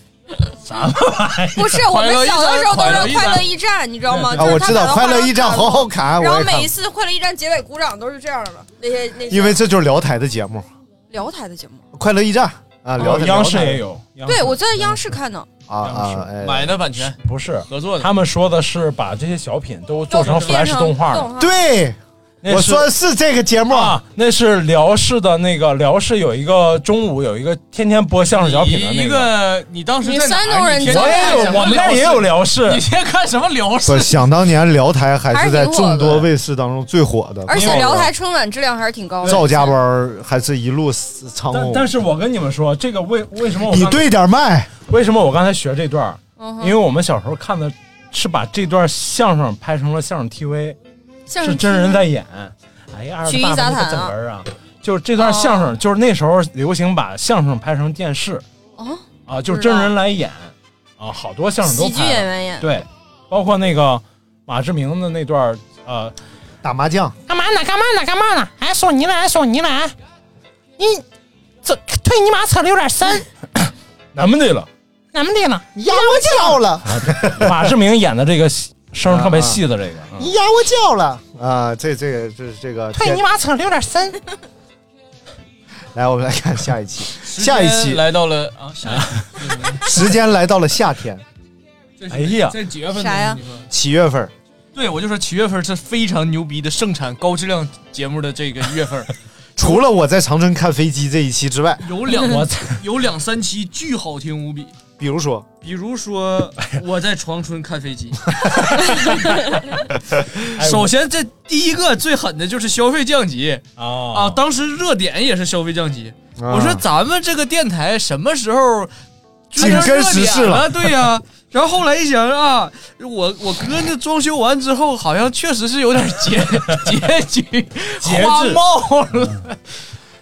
啥玩意儿？
不是，我们小的时候都是快乐驿站，你知道吗？
啊，我知道《快乐驿站》好好
看
看，
然
我
后
也看
每一，次快乐驿站结尾鼓掌都是这样的，那些那些
因为这就是辽台的节目，
辽台的节目，
《快乐驿站》啊，辽台
央视
辽台
也有央视
对我在央视看的，
嗯
啊啊，哎
买的版权不是
合作的
他们说的是把这些小品都做成
都变
Flash
成
动画
动
了
画。
对，
那
我说的是这个节目
啊，那是辽视的那个辽视有一个中午有一个天天播相声小品的
一
那。
个你当时
你
在哪儿
山东人
你天天
我也有
看什么
我们那也有辽视
你先看什么辽视
不是，？想当年辽台还是
还
在
是挺火的
众多卫视当中最火的，
而且辽台春晚质量还是挺高的。
赵家班还是一路长
但
虹。
但是我跟你们说，这个为为什么我
你
刚
对点麦，
为什么我刚才学这段儿？
嗯哼
因为我们小时候看的是把这段相声拍成了相声 TV，
相
是
声
真人在演。哎呀，二
曲艺
爸爸
杂
那个
谈
整
啊
个儿啊，就是这段相声，就是那时候流行把相声拍成电视
哦，
啊，就是
不知道
真人来演啊，好多相声都
喜
拍
剧演员演
对，包括那个马志明的那段儿呃
打麻 将，
干嘛呢？干嘛呢？干嘛呢？哎，索尼了，哎，索尼了，哎，你这退你妈扯的有点 深，
咱们对了，啊
怎么的了？你
压我叫了，
马志明演的这个声儿特别细的这个，嗯
你压我叫了啊！这这个这这 个，
退你妈扯的有点深。
来，我们来看下一期，下一期
来到了啊，下一期
时间来到了夏天，
这是
哎呀
这几月份？
啥呀？
七月份儿，
对，我就说七月份是非常牛逼的盛产高质量节目的这个月份儿，
除了我在长春看飞机这一期之外，
有 两
我
有两三期巨好听无比。
比如说
比如 说，我在长春看飞机。
哎
首先，这第一个最狠的就是消费降级
哦
啊！当时热点也是消费降级。
啊
我说咱们这个电台什么时候
紧跟时事了
了？对呀、然后后来一想啊，我我哥那装修完之后，好像确实是有点 结结局
节
花
制
冒了。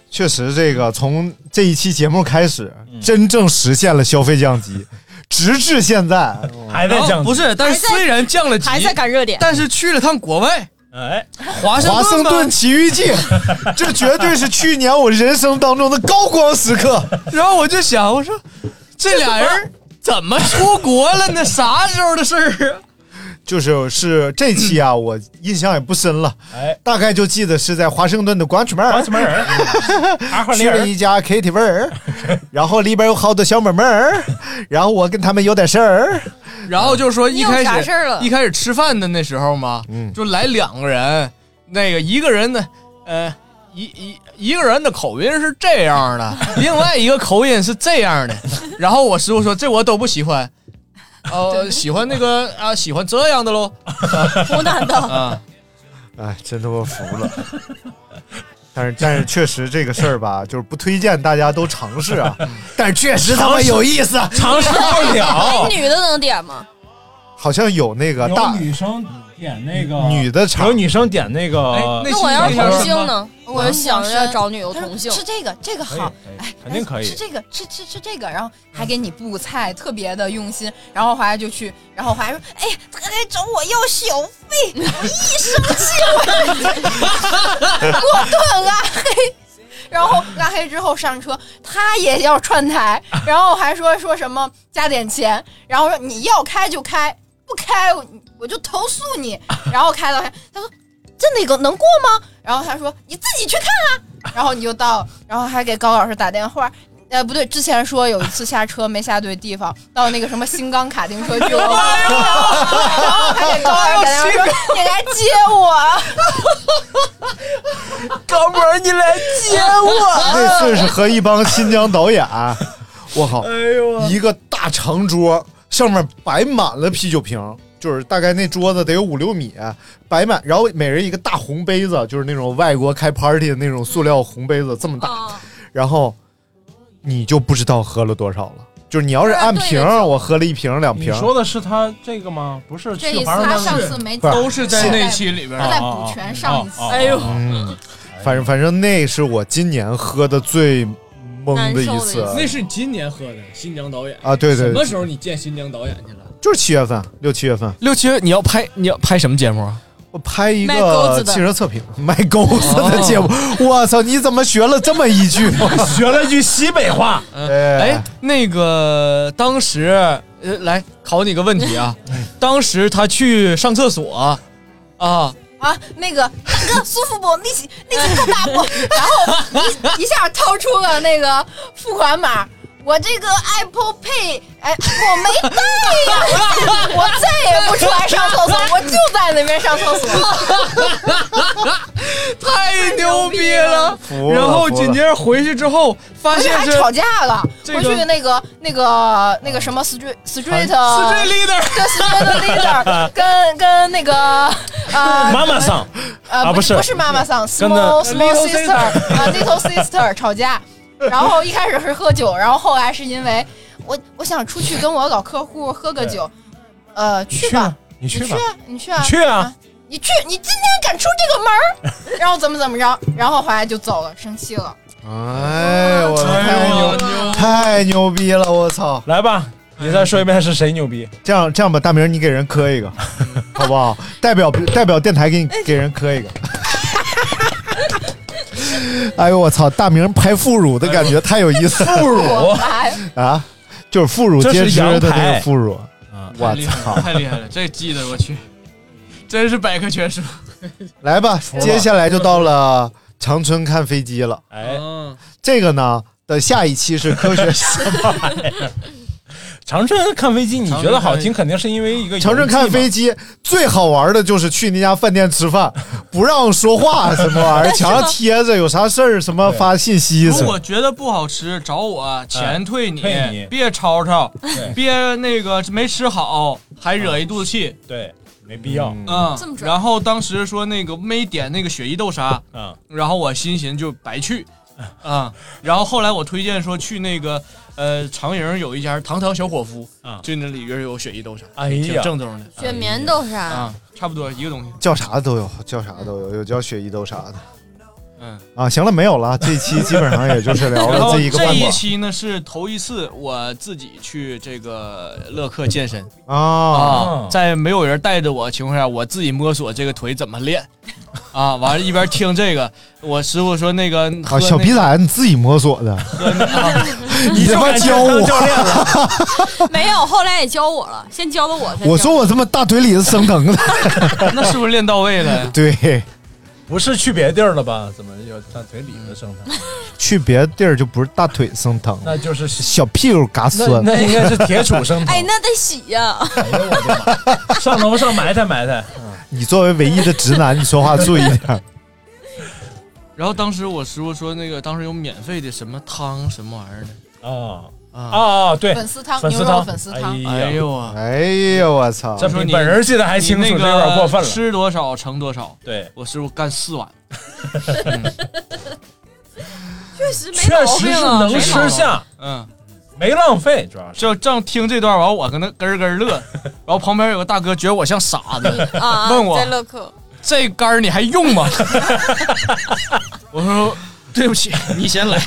确实，这个从这一期节目开始，
嗯
真正实现了消费降级，直至现在
哦还在降级
哦不是，但是虽然降了级，
还在赶热点，
但是去了趟国外，
哎，
华盛
华盛顿
顿
奇遇 记》，这绝对是去年我人生当中的高光时刻。
然后我就想，我说这俩人怎么出国了呢？啥时候的事儿啊？
就是是这期啊，我印象也不深了，
哎，
大概就记得是在华盛顿的广曲门，广曲
门儿
去了一家 KTV，儿 然后里边有好多小妹妹 儿，然后我跟他们有点事儿，
然后就说一
你有
开
啥
始
事儿了
一开始吃饭的那时候嘛，就来两个人，那个一个人呢，呃，一一一个人的口音是这样的，另外一个口音是这样的。然后我师傅说这我都不喜欢，呃，喜欢那个啊，喜欢这样的喽，
湖南的
啊，
哎，真他妈服了。 但是但是确实这个事儿吧，就是不推荐大家都尝试啊。 但是确实他妈有意思，
尝试不了
哎，女的能点吗？
好像有那个大
有女生点那个
女的场
有女生点那个，
那我要是同性呢？
我
我就想着要找女友
他说
同性。
吃这个，这个好，哎，
肯定可以
吃这个，吃吃吃这个，然后还给你布菜，特别的用心。然后华来就去，然后华来说：“哎呀，他来找我要小费，我一生气了，我顿拉黑。”然后拉黑之后上车，他也要串台，然后还说说什么加点钱，然后说你要开就开，不开我我就投诉你。然后开到开，他说这那个能过吗？然后他说你自己去看啊。然后你就到，然后还给高老师打电话。呃，不对，之前说有一次下车没下对地方，到那个什么新冈卡丁车俱乐部，然后还给高老师打电话说你来接我。
高博，你来接
那次是和一帮新疆导演，我靠，
呦
一个大长桌上面摆满了啤酒瓶，就是大概那桌子得有五六米，摆满，然后每人一个大红杯子，就是那种外国开 party 的那种塑料红杯子，这么大，然后你就不知道喝了多少了。就是你要是按瓶儿，我喝了一瓶儿两
你
瓶儿。
说的是他这个吗？不是
这
去
一
华
次
盛
他
顿
上
市
次没
不是
都是在
是
那期里边
啊
他在
哦
补全上一次哎呦
嗯，反正反正那是我今年喝的最懵的一次，
那是今年喝的新疆导演
啊对对
什么时候你见新疆导演去了？
就是七月份，六七月份。
六七月你要拍你要拍什么节目啊？
我拍一
卖钩子
个
的哦
汽车测评，卖钩子的节目，我操！你怎么学了这么 一句？
哦
学了句西北话。
哎
哎，，那个当时呃，来考你个问题啊，当时他去上厕所啊，
啊，那个大哥苏富伯，力气力气够大不？然后一一下掏出了那个付款码，我这个 Apple Pay，哎，我没带呀，我再也不出来上厕所，我就在那边上厕所。
太牛逼了
服！了
然后紧接着回去之后，发
而且
哎
现
哎还
是
吵架了，
这
回
个
去那个那个那个什么 street street
street leader
跟 street leader 跟跟那个呃
妈妈桑
呃
啊不是
不是妈妈桑
跟
，small
那
small
Little
sister 啊 little sister 吵架，然后一开始是喝酒，然后后来是因为我我想出去跟我老客户喝个酒，呃去吧，
你去吧
啊，你去啊
你去啊
你去，你今天敢出这个门儿，然后怎么怎么着，然后后来就走了，生气了。
哎，我太牛，太牛逼了！我操！
来吧，你再说一遍是谁牛逼？
这样这样吧，大明，你给人 磕一个，好不好？代表代表电台给你给人磕一 个。哎呦我操！大明拍副乳的感觉太有意思了，
副乳
啊，就是副乳
这是
接肢的
羊
那
排
个副乳。
太
我
厉害
操
了，！太厉害了，这记得我去，真是百科全书。
来吧，接下来就到了长春看飞机了。
哎，
嗯哦
这个呢的下一期是科学
长春看飞机，你觉得好听，肯定是因为一个
长春看飞机最好玩的就是去那家饭店吃饭，不让说话，什么玩意儿，墙上贴着有啥事儿什么发信息
如
什么
果。觉得不好吃，找我，钱退你，
退你
别吵吵
对，
别那个没吃好，还惹一肚子气。
对，没必要。
嗯
这么，拽
然后当时说那个没点那个雪衣豆沙，
嗯，
然后我心寻就白去，啊，然后后来我推荐说去那个呃长营有一家堂堂小伙夫，
啊，
就那里边有雪衣豆沙，
哎呀
挺正宗的，
卷棉豆沙
啊，差不多一个东西。
叫啥都有，叫啥都有，有叫雪衣豆啥的。
嗯
啊，行了，没有了，这一期基本上也就是聊
然
了
后
这一个
这
饭
一
馆
期呢是头一次我自己去这个乐客健身
啊
啊，在没有人带着我的情况下，我自己摸索这个腿怎么练啊。完了，一边听这个， 我师傅说那个
啊，小
逼
逼崽，你自己摸索的，你他妈教我，
没有，后来也教我了，先教的我才教。
我说我他妈大腿里是生 疼的，
那是不是练到位了？
对，
不是去别地儿了吧？怎么有大腿里的生疼？
去别的地儿就不是大腿生疼，
那就是
小屁股嘎
那
酸，
那应该是铁杵生疼。
哎，那得洗呀、
上楼上埋汰埋汰。
你作为唯一的直男，你说话注意点。
然后当时我师傅说那个当时有免费的什么汤什么玩意儿的
啊
啊
啊对
粉丝汤粉丝牛肉汤粉丝汤
哎呦啊！
哎呦我操！
说你你那个吃多少盛多少。
对
我师傅干四碗，
确实没
确
毛
实
病
是
啊，
能吃下，
嗯，
没浪费，主要
就这样听这段，完我搁那咯儿咯儿乐，然后旁边有个大哥觉得我像傻子，
啊，
问我
在乐扣，
这杆儿你还用吗？我说对不起，你先来，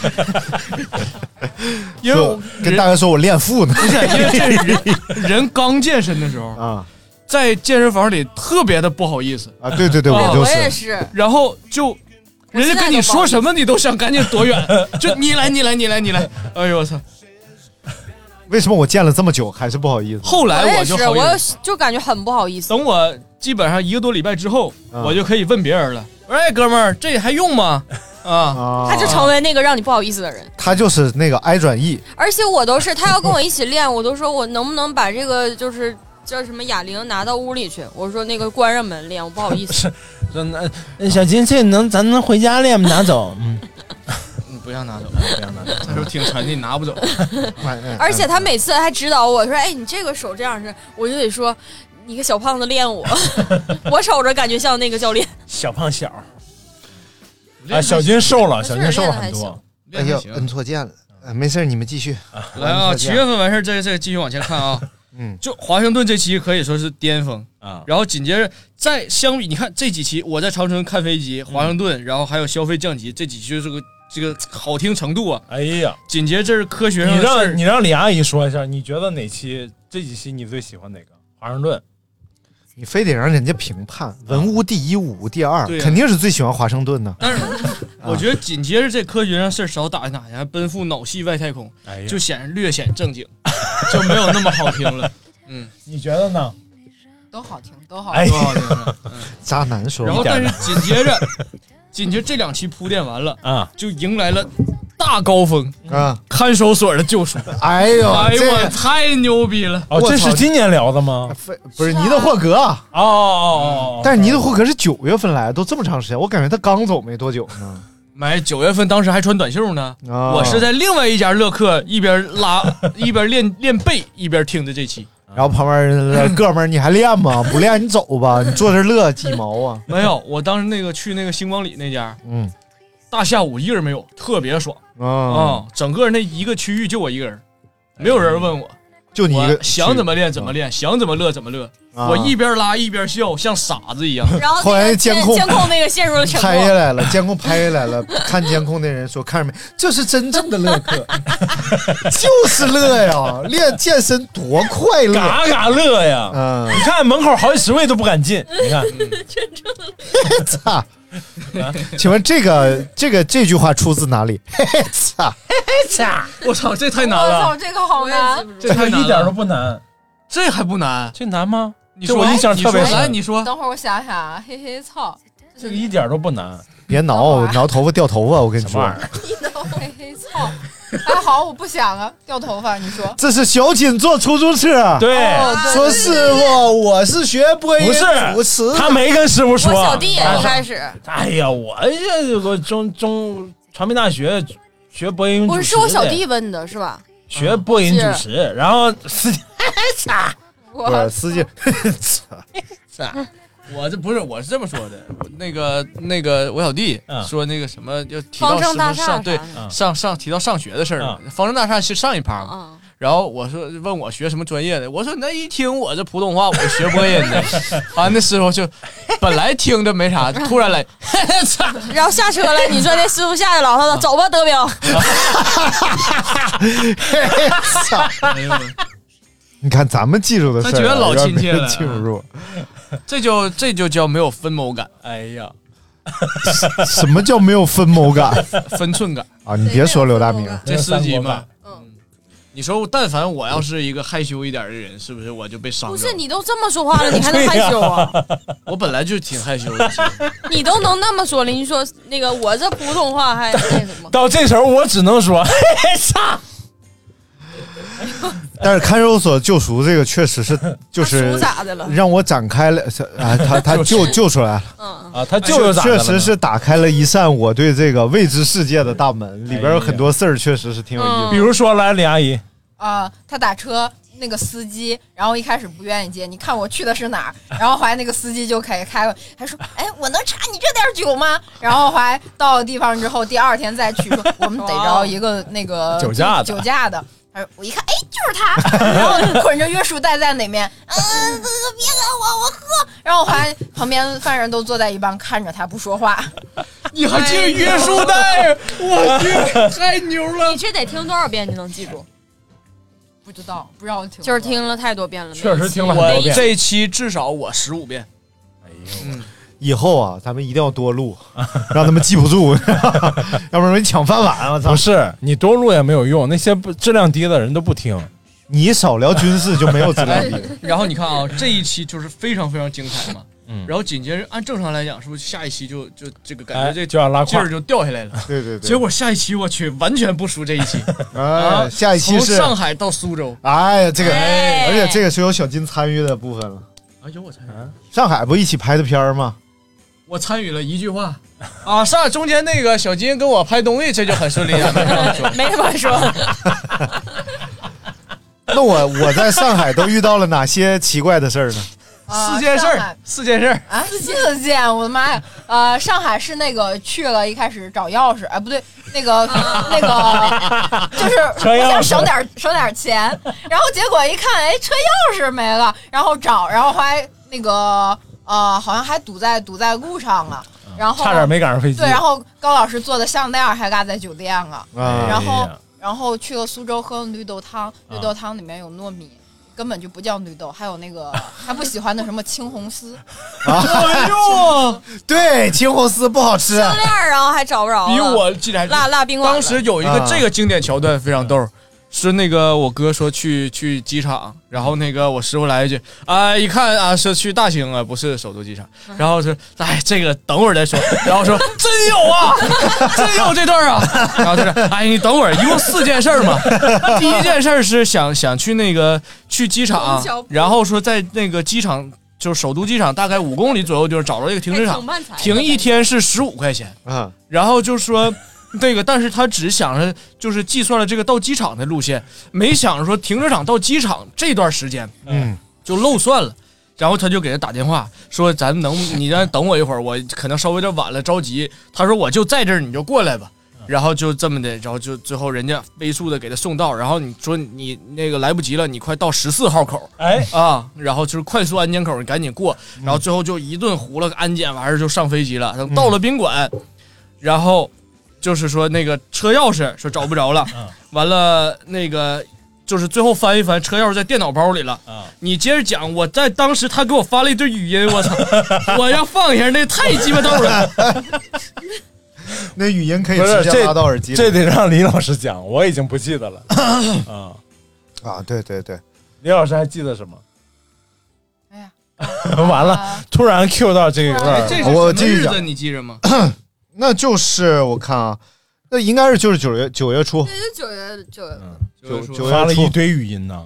因为我
跟大哥说我练腹呢，
不是因为这人人刚健身的时候
啊，
在健身房里特别的不好意思
啊对对对
哦
我就是我也
是
然后就人家跟你说什么，你都想赶紧躲远，就你来你来你来你来，哎呦我操！
为什么我健了这么久还是不好意思？
后来
我也，
就是好一啊点
我就感觉很不好意思。
等我基本上一个多礼拜之后，
嗯
我就可以问别人了。我说：“哎，哥们儿，这还用吗？”啊，
他就成为那个让你不好意思的人。
他就是那个 I 转 E，
而且我都是他要跟我一起练，我都说我能不能把这个就是叫什么哑铃拿到屋里去？我说那个关上门练，我不好意思。
真的，那小金这能咱能回家练吗？拿走，嗯，
你不要拿走，不要拿走，他说挺沉的，你拿不走。
而且他每次还指导我说：“哎，你这个手这样式。”我就得说：“你个小胖子练我， 我瞅着感觉像那个教练。
小胖小啊，小金瘦了，小金瘦了很多。
哎呦，摁错键了，
呃
哎没事儿，你们继续。
来啊，
摁错
七
键
月份完事儿，这个这个继续往前看 啊。
嗯，
就华盛顿这期可以说是巅峰啊，然后紧接着再相比，你看这几期我在长春看飞机，华盛顿，然后还有消费降级，这几期这个这个好听程度啊，
哎呀，
紧接着这是科学上
你
的事儿
让你让李阿姨说一下，你觉得哪期这几期你最喜欢哪个？华盛顿，
你非得让人家评判，文无第一，武无第二，
嗯对啊
肯定是最喜欢华盛顿的。
但是
啊
我觉得紧接着这科学上事儿少打听打听，还奔赴脑系外太空，就显略显正经， 就没有那么好听 了。嗯，
你觉得呢？
都好听，都好
哎
听。
呀，
渣男说，
然后但是紧接着，紧接着这两期铺垫完了
啊，
就迎来了大高峰
啊，
看守所的救赎。
哎呦，
嗯 哎呦，我
这
太牛逼了！
哦，
我
这
操
是今年聊的 吗？
不是尼德霍格啊。
哦
嗯
哦哦
但是尼德霍格是九月份来，都这么长时间，我感觉他刚走没多久呢。
买哎九月份当时还穿短袖呢，
啊
我是在另外一家乐客一边拉 一边练练背一边听的这期。
然后旁边人说：“哥们儿，你还练吗？不练你走吧，你坐这儿乐几毛啊
没有，我当时那个去那个星光里那家，？”
嗯
大下午一个人没有，特别爽啊、
啊，
整个那一个区域就我一个人，没有人问我，
就你一个
我想怎么练怎么练，想怎么乐怎么乐。
啊
我一边拉一边笑，像傻子一样。
然后
后来监控
监控那个陷入了沉
拍下
默。
来了，监控拍下来了。 看监控的人说：“看着没，这是真正的乐客， 就是乐呀！练健身多快乐，
嘎嘎乐呀！
嗯，
你看门口好几十位都不敢进，你看，
操！请问这个这个这句话出自哪里？ 嘿嘿，操！
我操，这太
我
难
操，
了，
这个好难，
这太难了
一点都不难，
这还不难？
这难吗？
你
这
说
我印象特别
你说来
深，
你说
等会儿我想想啊，嘿嘿操，
这个一点都不难。
别挠，挠头发掉头发，我跟你说，
嘿嘿操，还好我不想啊，掉头发，你说
这是小锦坐出租车。
对，
啊
哦
说师傅，我是学播音
不是
主持，
他没跟师傅说。
我小弟也一开始，
哎呀，我这我中中传媒大学学播嗯音主
不
持的，
是是我小弟问的是吧？
学播
嗯
音主持，然后司机
我
不是司机，
我这不是，我是这么说的。我那个那个，我小弟说那个什么，要提到
方正
什么
大厦
上对
啥
上上提到上学的事儿嘛。方正大厦是上一趴
嗯
嘛。然后我说问我学什么专业的，我说那一听我这普通话，我学播音的。完那师傅就本来听着没 啥，突然来， 操！
然后下车了，你说那师傅下去了，他说走吧，德彪。
哎呦我
你看咱们记住的事儿啊，
他觉得老亲切了
有点没记不住。
这就这就叫没有分谋感。哎呀，
什么叫没有分谋 感
分寸感。
啊？你别说刘大明，
这司机嘛，嗯，你说但凡我要是一个害羞一点的人，是不是我就被伤着
不
了？
是你都这么说话了，你还能害羞啊？
我本来就挺害羞的，其实
你都能那么说了，你说那个我这普通话还那什么？
到这时候我只能说， 嘿嘿操！
但是看守所救赎这个确实是就是
赎咋的了
让我展开了啊，他他救救出来了。
嗯
啊，他舅舅咋的了
哎确
呢
实是打开了一扇我对这个未知世界的大门，里边有很多事儿，确实是挺有意思
嗯
的。
比如说，来李阿姨，
啊，他打车。那个司机，然后一开始不愿意接，你看我去的是哪儿？然后后来那个司机就开开了，他说：“哎，我能查你这点儿酒吗？”然后后来到了地方之后，第二天再去，说我们逮着一个那个
酒驾的
酒驾的。他说我一看，哎，就是他， 然后捆着约束带在里面，嗯、呃，别拦我，我喝。然后我还旁边犯人都坐在一旁看着他不说话，
你还记得约束带？我去，太牛 了！
你这得听多少遍你能记住？
不知道，不知道听，
就是听了太多遍了，
确实听了很
我
多遍
这一期至少我十五遍。
以后啊，咱们一定要多录， 让他们记不住， 要不然容易抢饭碗。啊我操！
不是你多录也没有用，那些不质量低的人都不听。
你少聊军事就没有质量
哎
低。
然后你看啊，这一期就是非常非常精彩嘛。然后紧接着按正常来讲，是不是下一期就就这个感觉
哎
这
就要拉胯
劲儿就掉下来了？
对对对
结果下一期我去完全不输这一期啊
哎，下一期
从
是
上海到苏州。
哎呀，这个，
哎
而且这个是有小金参与的部分了。
哎呦我参与，
上海不一起拍的片儿吗？
我参与了一句话，
啊，上中间那个小金跟我拍东西，这就很顺利了。
没什么 说，
那我我在上海都遇到了哪些奇怪的事儿呢？
四
件事儿四件事儿
啊，四件，我的妈呀！呃，上海是那个去了，一开始找钥匙，哎，不对，那 个那个就是
车钥匙
我想省点儿省点儿钱，然后结果一看，哎，车钥匙没了，然后找，然后还那个呃，好像还堵在堵在路上了，然后
差点没赶上飞机
对，然后高老师做的项链还落在酒店了，
啊
哎
然后
呀
然后去了苏州喝绿豆
啊
汤，绿豆汤里面有糯米。根本就不叫绿豆，还有那 个他不喜欢的什么青红丝，
哎呦， 对，青红丝不好吃。啊
项链儿然
啊
后还找不着了，
比我记得还
辣辣冰馆
当时有一个这个经典桥段非常逗，是那个我哥说去去机场，然后那个我师傅来一句啊，一看啊是去大兴啊，不是首都机场，
嗯
然后是哎这个等会儿再说， 然后说真有啊， 真有这段啊，然后就是哎你等会儿，一共四件事儿 嘛，第一件事儿是想想去那个去机场
虹桥，
然后说在那个机场。就是首都机场大概五公里左右，就是找着一个停车
哎
场
挺慢才，的
停一天是十五块钱，
啊，
然后就说那个，但是他只想着就是计算了这个到机场的路线，没想着说停车场到机场这段时间
嗯，
就漏算了。然后他就给他打电话说：“咱能你让等我一会儿，我可能稍微有点晚了，着急。”他说：“我就在这儿，你就过来吧。”然后就这么的，然后就最后人家飞速的给他送到，然后你说你那个来不及了，你快到十四号口，
哎
啊，然后就是快速安检口，你赶紧过，
嗯
然后最后就一顿糊了个安检，完事儿就上飞机了。等到了宾馆，然后就是说那个车钥匙说找不着了，
嗯
完了那个就是最后翻一翻，车钥匙在电脑包里了。
啊
你接着讲，我在当时他给我发了一段语音， 我操，我要放一下，那太鸡巴逗了。
那语音可以
不是
直接
这
拉到耳机里
这得让李老师讲，我已经不记得了。啊
啊，对对对，
李老师还记得什么？
哎
呀， 完
啊
了，突然 Q 到这一块儿
哎这是
了，
什么
我继续
日
讲
子，你记着吗？
那就是我看啊，那应该是就是九月九月初
对，就九月九月，
嗯
九九月
发了
初
一堆语音呢。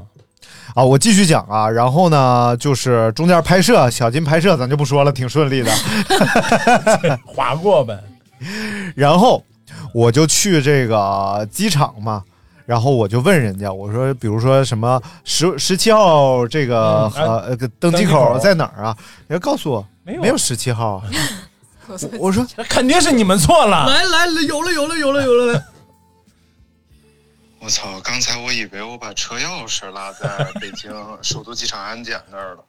啊，我继续讲啊，然后呢，就是中间拍摄，小金拍摄咱就不说了，挺顺利的。
划过呗。
然后我就去这个机场嘛，然后我就问人家，我说，比如说什么十十七号这个
嗯哎
呃呃登
登
机
机
口
口
在哪儿啊？人家告诉我
没有啊
没有十七号啊， 我说
肯定是你们错了。
来来，有了有了有了有了，
我操！刚才我以为我把车钥匙落在北京首都机场安检那儿了，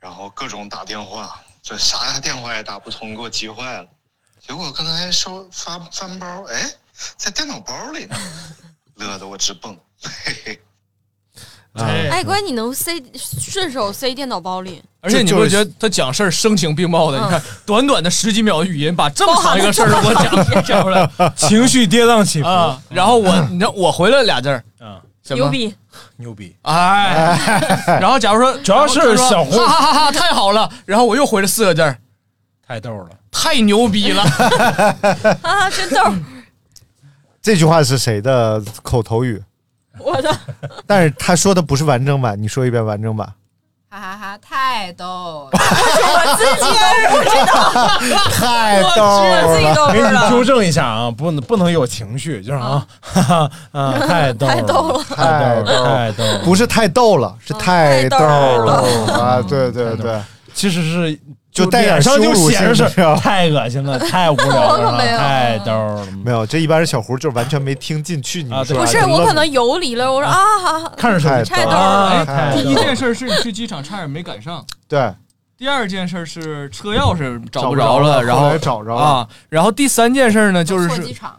然后各种打电话，这啥电话也打不通，给我急坏了。结果刚才收发翻包，哎，在电脑包里呢，乐得我直蹦。嘿嘿。
哎，关键你能塞顺手塞电脑包里，
而且你不觉得他讲事儿声情并茂的？
嗯
你看，短短的十几秒的语音，把哦这么长一个事儿给我讲讲出来，
情绪跌宕起伏
啊！然后我，你知道我回了俩字儿，
嗯，
什么？
逼，
牛逼！
哎，然后假如说，
主要是
然后他说
小红
哈哈哈哈，太好了！然后我又回了四个字儿，
太逗了，
太牛逼了！
啊，真逗，
这句话是谁的口头语？
我的，
但是他说的不是完整版，你说一遍完整版。
哈哈哈，太逗了！
我自己都不知道，
太
逗
我自己都不
给
知
你
道
纠。正一下啊，不能不能有情绪，就是啊，哈哈， 啊，太逗
太逗了
太逗了，太逗了。
哦不是太逗了，是太
太
逗
逗
了啊！对对对，
其实是
就带点
脸上
羞
就
辱
显着
性
是
是吧
太恶心了，太无聊了，太逗了。啊
没有，这一般人小胡就是完全没听进去你们说
不
啊
啥
是，
就
我
愣
可能游离了。我说啊，
太
太
逗
逗
了
啊
哎
了。
太
第
逗
一
了
件事是你去机场差点没赶上，
对，
第二件事是车钥匙
找
不
不
着
着了，然
后
后
找着
了
啊，然后第三件事呢，就是是
啊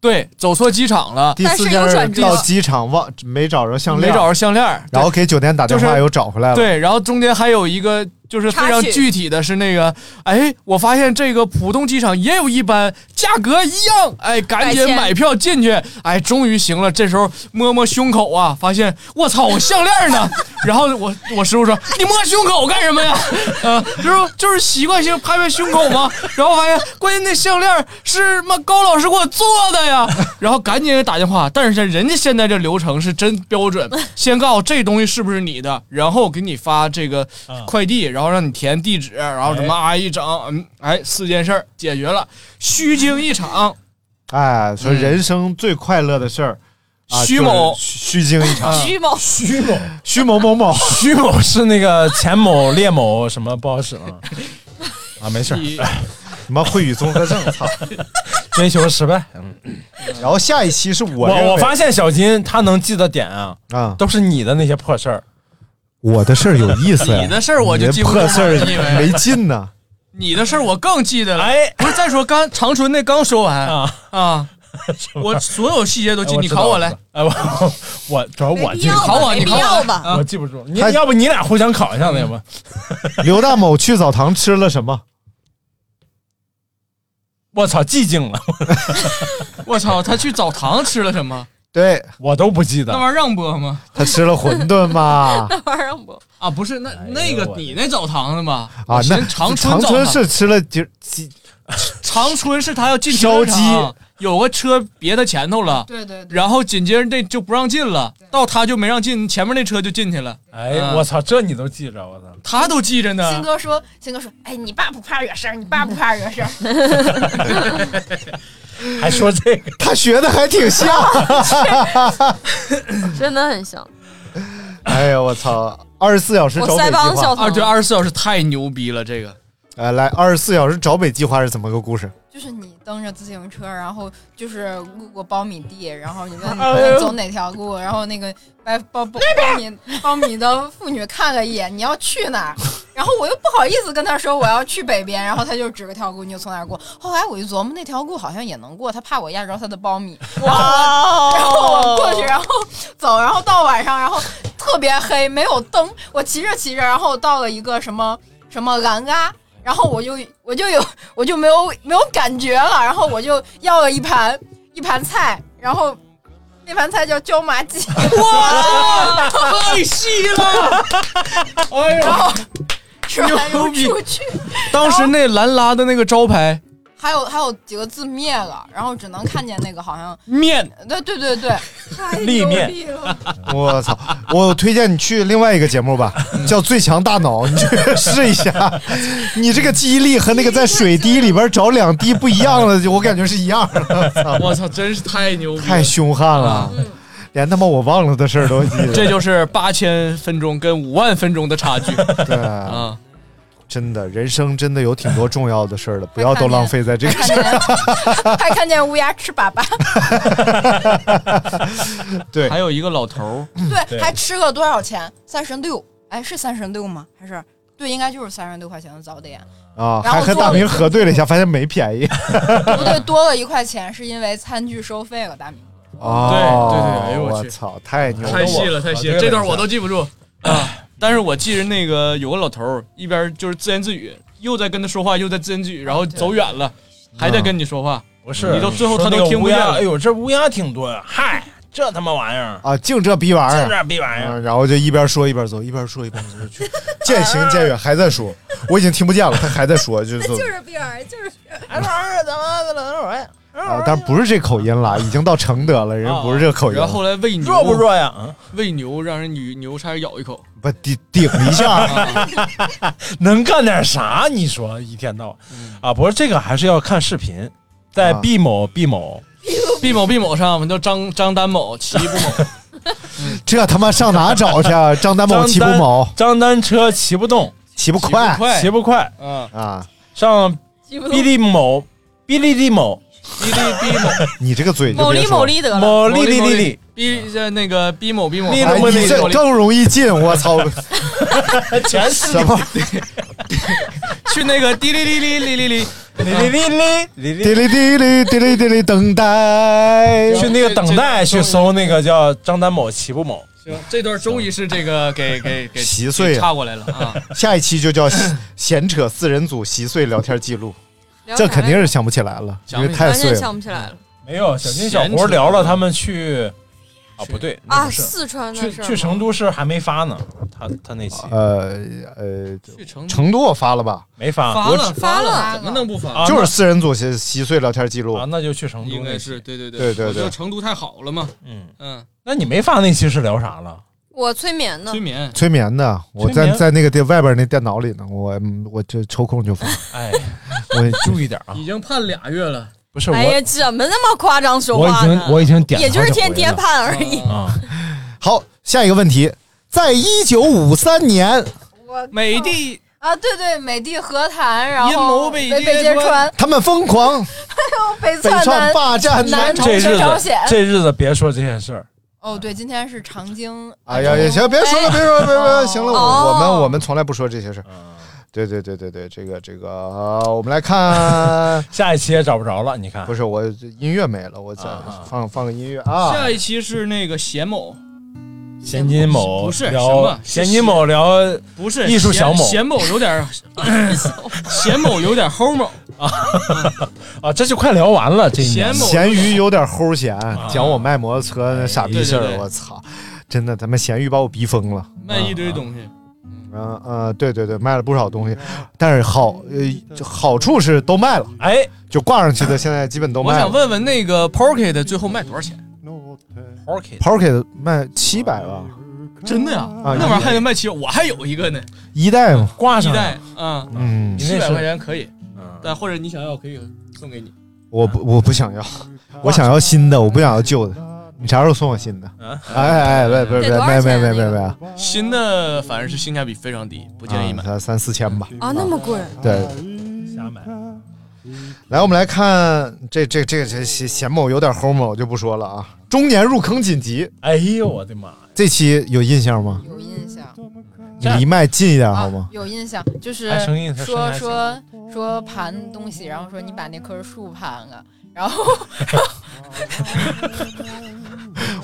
对，走错机场了。
第四件事到机场忘没找着项链，
没找着项链儿
然后给酒店打电
就
话
是
又找回来了。
对，然后中间还有一个就是非常
插曲
具体的是那个，哎，我发现这个浦东机场也有一班，价格一样，哎，赶
百
紧
千
买票进去，哎，终于行了。这时候摸摸胸口啊，发现我操，我项链呢？ 然后我我师傅说，你摸胸口干什么呀？ 呃，就是就是习惯性拍拍胸口嘛。然后发现关键那项链是妈高老师给我做的呀， 然后赶紧给打电话。但是人家现在这流程是真标准，先告诉我这东西是不是你的，然后给你发这个
嗯
快递，然后让你填地址，然后什么啊一整，嗯，哎，四件事儿解决了，虚惊一场。
哎，说人生最快乐的事儿，啊
徐
就是
某
虚惊一
啊
场，
某，
徐某，
徐某某某，
徐某是那个钱某、列某什么不好使啊？ 啊，没事儿，
什么会语综合症，操，
追求失败。
然后下一期是我认为
我我发现小金他能记得点啊，
啊，
都是你的那些破事儿。
我的事儿有意思呀，
你的事儿我就
你
记
这
不住
破事儿
你以为
没劲呢。
你的事儿我更记得了。
哎，
不是，再说刚长春那刚说完啊
么
我所有细节都记，
哎我
你
知道
考我
了
来。
哎，我我主要我
没必
记不
要吧
住，
考我没你必考我要来吧啊
我记不住。你
他
要不你俩互相考一下子，要
嗯
不？
刘大某去澡堂吃了什么？
我操，寂静了，
我操，他去澡堂吃了什么？
对
我都不记得
那。玩意儿让播吗？
他吃了馄饨吗？
那玩意儿让播啊？不是，那
哎
那个你那澡堂子吧？
啊
我，寻
那
思长
长
澡
春
堂
是吃了就鸡
长春是他要进
烧
停车场，有个车别他前头了，
对对对，
然后紧接着那就不让进了，到他就没让进，前面那车就进去了。
哎，我操，这你都记着，我操！
他都记着
鑫
呢。
哥说，鑫哥说，哎，你爸不怕惹事儿，你爸不怕惹事儿。
还说这个，
他学的还挺像。
真的很像。
哎呀，我操！二十四小时找北计划，
二对二十四小时太牛逼了，这个
呃，来二十四小时找北计划是怎么个故事？
就是你蹬着自行车，然后就是路过苞米地，然后你
嗯
问
哎呦
你走哪条路，然后那个把苞苞苞米苞米的妇女看了一眼，你要去哪儿？然后我又不好意思跟她说我要去北边，然后她就指个条路，你就从哪儿过。后来我一琢磨，那条路好像也能过，她怕我压着她的苞米，然后我然后我过去，然后走，然后到晚上，然后特别黑，没有灯。我骑着骑着，然后到了一个什么什么栏嘎，然后我就我就有我就没有没有感觉了，然后我就要了一盘一盘菜，然后那盘菜叫椒麻鸡，
哇，太细了，哎
然后
呦，
吃完又
牛逼
出去，
当时那兰拉的那个招牌
还有还有几个字灭了，然后只能看见那个好像
面，
对对 对对，太
立面
逼了。
我操！我推荐你去另外一个节目吧，
嗯
叫《最强大脑》，你去 试一下。你这个记忆力和那个在水滴里边找两滴不一样 的，我感觉是一样的。
啊我操，真是太牛逼了，
太凶悍了，连他妈我忘了的事儿都记得。
嗯这就是八千分钟跟五万分钟的差距。
对啊，真的，人生真的有挺多重要的事儿的，不要都浪费在这个
还
上。
看见 还看见乌鸦吃粑粑，
对，
还有一个老头
嗯
儿，
对，还吃了多少钱？三十六，哎，是三十六吗？还是对，应该就是三十六块钱的早点。
啊，
然后
还和
做
大
了一
明
次
核对了一下，发现没便宜。
不对，多了一块钱是因为餐具收费了， 大明。
哦，
对对对哎呦我
我
去
操，太牛了，
太细了，太细了，这段我都记不住啊。但是我记着那个有个老头儿，一边就是自言自语，又在跟他说话，又在自言自语，然后走远了，还在跟你说话。
不是，
你到最后
说
他
那
都
个
听不
乌
见
鸦
了。
哎呦，这乌鸦挺多呀！嗨，这他妈玩意儿，
啊，净这逼玩意儿，
净这逼玩意儿
嗯然后就一边说一边走，一边说一边走，去渐行渐远，还在说，我已经听不见了，他还在说，就是走
是逼玩意儿，就是
哎，玩意
啊
儿怎么怎么怎么呀？
啊，但不是这口音了，已经到承德了，人不是这口音
然
了，
后后来喂牛
弱不弱
嗯
呀？
喂牛让人牛牛差点咬一口，
不顶顶一下，
能干点啥？你说一天到晚
嗯
啊，不是这个还是要看视频，在
啊
毕某毕某
毕某毕某上，叫张张丹某、齐不某，
这他妈上哪找去？啊？张丹某、
张
齐不
丹
某，
张单车骑不动，
骑起步快，
起步快，嗯
啊，
上
起步
哔哩某、哔哩哩某、哔哩哔哩某、
你这个嘴就
某
别
利
说
某利得了
某利利利利，
逼呃那个逼某逼某，
哎你这更容易进，我操！
哎
全是
什么？
去 那个滴哩哩哩哩哩哩哩哩哩
滴哩滴哩滴哩滴哩，等待。
去那个等待去搜那个叫张丹某、齐步某，
行，这段终于是这个给给给
稀碎
给
啊
插过来了啊！
下一期就叫闲扯四人组稀碎聊天记录
聊，
这
啥
肯
来
定
着
是想不起来了，因
想
为
不起
太
完
碎
全
了
想。不起来了
没有小金小活聊了他们去啊不对
嗯
那
啊！
不是
四川的
去
事儿
去
吗
成都市还没发呢，他他那期
呃呃，
成
成都我发了吧？
没发
发
我
了
只
发了，怎么能不发？
就是四人组稀稀碎聊天记录
啊，那就去成都
应该
那期。
是对对
对对对
我觉得成都太好了嘛。
嗯
嗯，
那你没发那期是聊啥了？
我催眠呢，
催眠
催眠的，我
催
在
眠
在那个电外边那电脑里呢，我嗯我这抽空就发，
哎，
我
注意点啊
已经判俩月了，
不是
哎呀，怎么那么夸张说话呢？
我已经我已经点了
也就是
好几
天
回
天
了
判而已。
啊。
好，下一个问题，在一九五三年，
我
美的
啊，对对，美的和谈，然
阴谋
后
被
被
揭
揭
穿
穿，
他们 疯
还
狂
有北
北
南
窜霸占
南
这
朝
日
鲜朝
子
鲜。
这日子别说这些事儿，
哦，对，今天是长京。
哎呀，也行，别说了，
哎
别说了，别说了，行了，我
哦
我们我们从来不说这些事儿。对对对对对，这个这个，呃我们来看
下一期也找不着了。你看，
不是我音乐没了，我再放放个音乐啊。
下一期是那个咸某，
咸金某
不是什
聊
么
咸金某聊
不是
艺术小某
咸咸某有点 儿，咸某有点儿齁某
啊，这就快聊完了这一年
闲 某
咸鱼有点齁咸，讲我卖摩托车那傻逼事
啊哎对
儿
对，对
我操！真的，他们咸鱼把我逼疯了。
卖一堆东西，
嗯嗯，对对对，卖了不少东西，
嗯
但是好呃就好处是都卖了，
哎，
就挂上去的现在基本都
我
卖
想
了。
问问那个 Pocket 最后卖多少钱
Pocket
Pocket 卖七百吧，
嗯真的呀？
啊
那玩意儿还能卖七？我还有一个呢，
一代嘛，
挂
一代啊，
嗯
七
你那
百
是
块钱可以，但或者你想要可以送给你。
我
嗯
不我不想要，我想要新的，我不想要旧的。你啥时候送我新的？
嗯
哎哎哎，别别别
得多少
别别
钱啊
别别别，
新的反而是性价比非常低，不建议买。嗯
三三四千吧。
啊，那么贵，
对，
瞎买。
来，我们来看这这这这咸咸某有点齁某，我就不说了啊。中年入坑紧急，
哎呦我的妈！
这期有印象吗？
有印象，啊
你离麦近一点好吗？
有印象，就是
哎声音声音
说
还行
说说盘东西，然后说你把那棵树盘了，然后
啊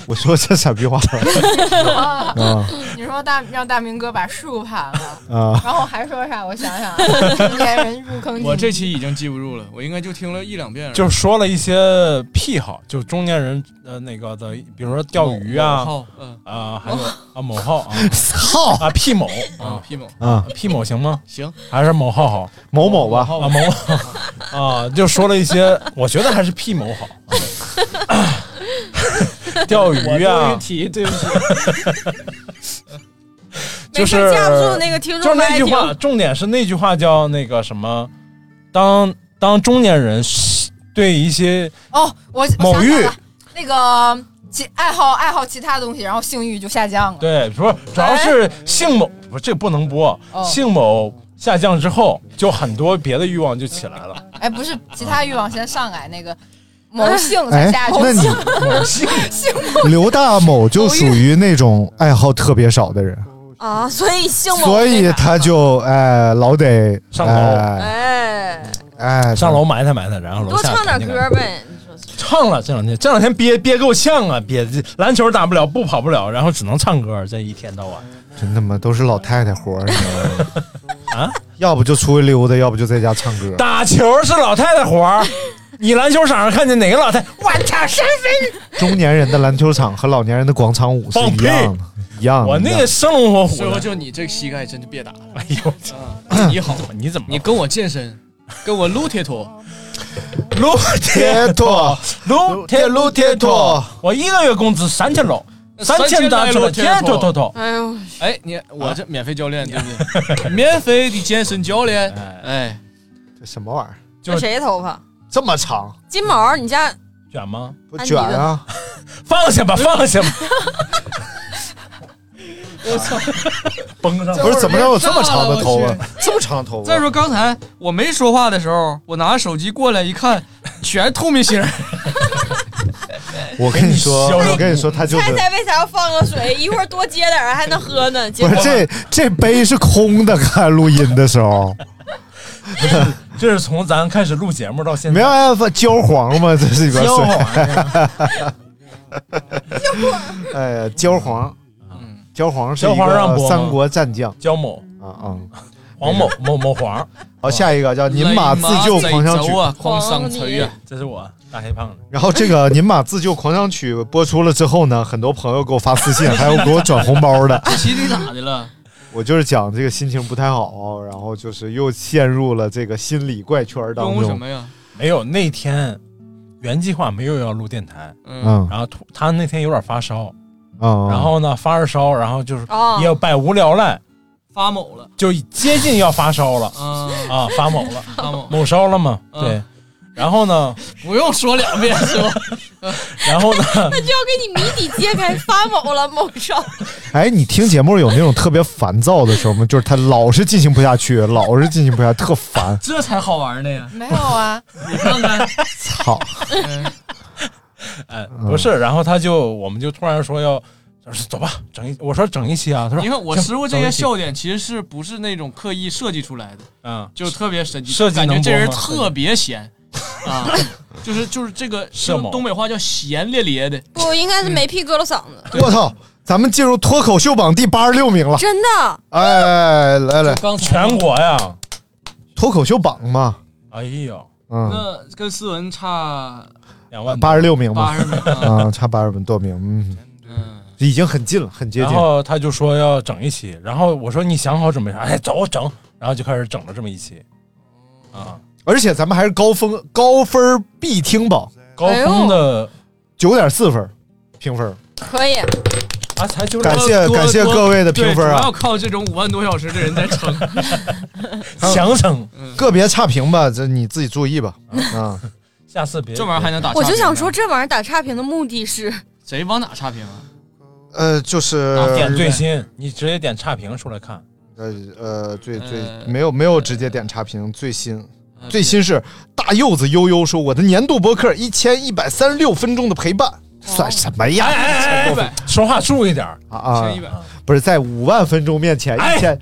我说这傻逼话
说
啊
你说大让大明哥把树盘了，
啊！
然后我还说啥？我想想，啊，中年人入坑进去，
我这期已经记不住了，我应该就听了一两遍。
就是说了一些癖好，就中年人呃那个的，比如说钓鱼
某某
啊
号嗯，
啊还有啊某号啊
号
啊癖某
啊癖某
啊
癖某行吗？
行，
还是某号好
某某吧
啊某 啊就说了一些，我觉得还是癖某好。钓鱼啊，
提，对不起，
就是
没事架不住那个听众
就是那句
不爱
话，
听
重点是那句话叫那个什么，当当中年人对一些
哦，我
某
我想
欲
想了那个其爱好爱好其他东西，然后性欲就下降了。
对，不是主要是姓某，不是这个不能播，
哦
姓某下降之后，就很多别的欲望就起来了。
哎，不是其他欲望先上来，那个谋性才
哎
下去。
那你
某性
性
刘大某就属于那种爱好特别少的 人，
啊，所以姓某，
所以他就哎老得
上楼
哎
哎，
哎
上楼埋汰埋汰，然后楼
多
下
唱点
赶紧
歌呗。
唱了这两天，这两天憋憋够呛啊，憋篮球打不了，步跑不了，然后只能唱歌，这一天到晚。
真他妈都是老太太活儿，
啊，
要不就出去溜达，要不就在家唱歌。
打球是老太太活儿，你篮球场上看见哪个老太？我操，身份！
中年人的篮球场和老年人的广场舞是一样的，一样的。
我那
一样
个
的
生龙活虎
最后
的，
就你这个膝盖真是别打了。
哎呦，
你好，
你怎么？
你跟我健 身，跟我撸铁坨，
撸
铁 托，
撸铁撸铁托，我一个月工资三千喽，三千打出来，天托托托。
哎呦，
哎，你我这免费教练对不对？ 免费的健身教练，哎，
这什么玩意儿？
那谁的头发？
这么长？
金毛，你家
卷吗？
不卷啊！
嗯放下吧，放下吧。
我操，
崩上
不是怎么着有这么长的头发
我去？
这么长头发？啊
再说刚才我没说话的时候，我拿手机过来一看，全透明星儿。
我跟你说，
给你削
我跟你说，他就是
猜猜为啥要放个水？一会儿多接点儿还能喝呢。结
不
果
是这这杯是空的，看录音的时候
这是从咱开始录节目到现
没
在，
有办法焦黄嘛，这是里边
焦黄
水。哎呀，焦黄，焦黄是一
焦黄让播
个
吗
三国战将
焦某
啊啊，
黄某某某黄。
好，下一个叫您马自救狂想曲。
啊狂想曲啊，
这是我大黑胖子。
然后这个《您马自救狂想曲》播出了之后呢，很多朋友给我发私信，还有给我转红包的。
这期你咋的了？
我就是讲这个心情不太好，然后就是又陷入了这个心理怪圈 当
用
中。
什么呀？
没有那天原计划没有要录电台，
嗯
然后突他那天有点发烧，
嗯
然后呢发着烧，然后就是
哦
也百无聊赖，
发某了，
就接近要发烧了
啊
啊，发某了，
发某，
某烧了嘛，
嗯
对，然后呢，
不用说两遍是吧？
然后呢，
那 就要给你谜底揭开，发某了某少。
哎，你听节目有那种特别烦躁的时候吗？就是他老是进行不下去，老是进行不下去，特 烦。
这才好玩呢呀！
没有啊，
你看看，
操！
哎，
嗯
不是，然后他就我们就突然说要。就是走吧，整一我说整一期啊，他说
你看我
行
师傅这
整
些
一期
笑点其实是不是那种刻意设计出来的？
嗯，
就特别神奇，
设计
感觉
能
这
播
人
吗
特别 闲啊，就是 就是这个
是吗
用东北话叫闲咧咧的。
不应该是没屁搁了嗓子，
我操，咱们进入脱口秀榜第八十 六名了。
真的。
哎哎，哎来来，
全国呀，
脱口秀榜嘛，
哎呦，
嗯，
那跟思文差
两万
八十六名吧
八十名，
啊，差八十多名，嗯，已经很近了，很接
然
近。
后他就说要整一期，然后我说你想好准备啥？哎，走整，然后就开始整了这么一期，啊，
而且咱们还是高分高分必听榜，
高峰的
九点四分评分，
可以。
哎
啊，才九
感谢感谢各位的 评分
对主
啊
要，靠这种五万多小时的人在撑。
强撑，
个别差评吧，这你自己注意吧。啊，
下次别
这玩意儿还能打差评
我
呢？
就想说，这玩意儿打差评的目的是，
谁往哪差评啊？
呃，就是
点最新，你直接点差评出来看，
呃呃，最最
呃
没有没有直接点差评，最新
呃
最新是大柚子悠悠说我的年度播客一千一百三十六分钟的陪伴算什么呀？
哎哎，说话注意点
啊啊
1100！
不是在五万分钟面前一千，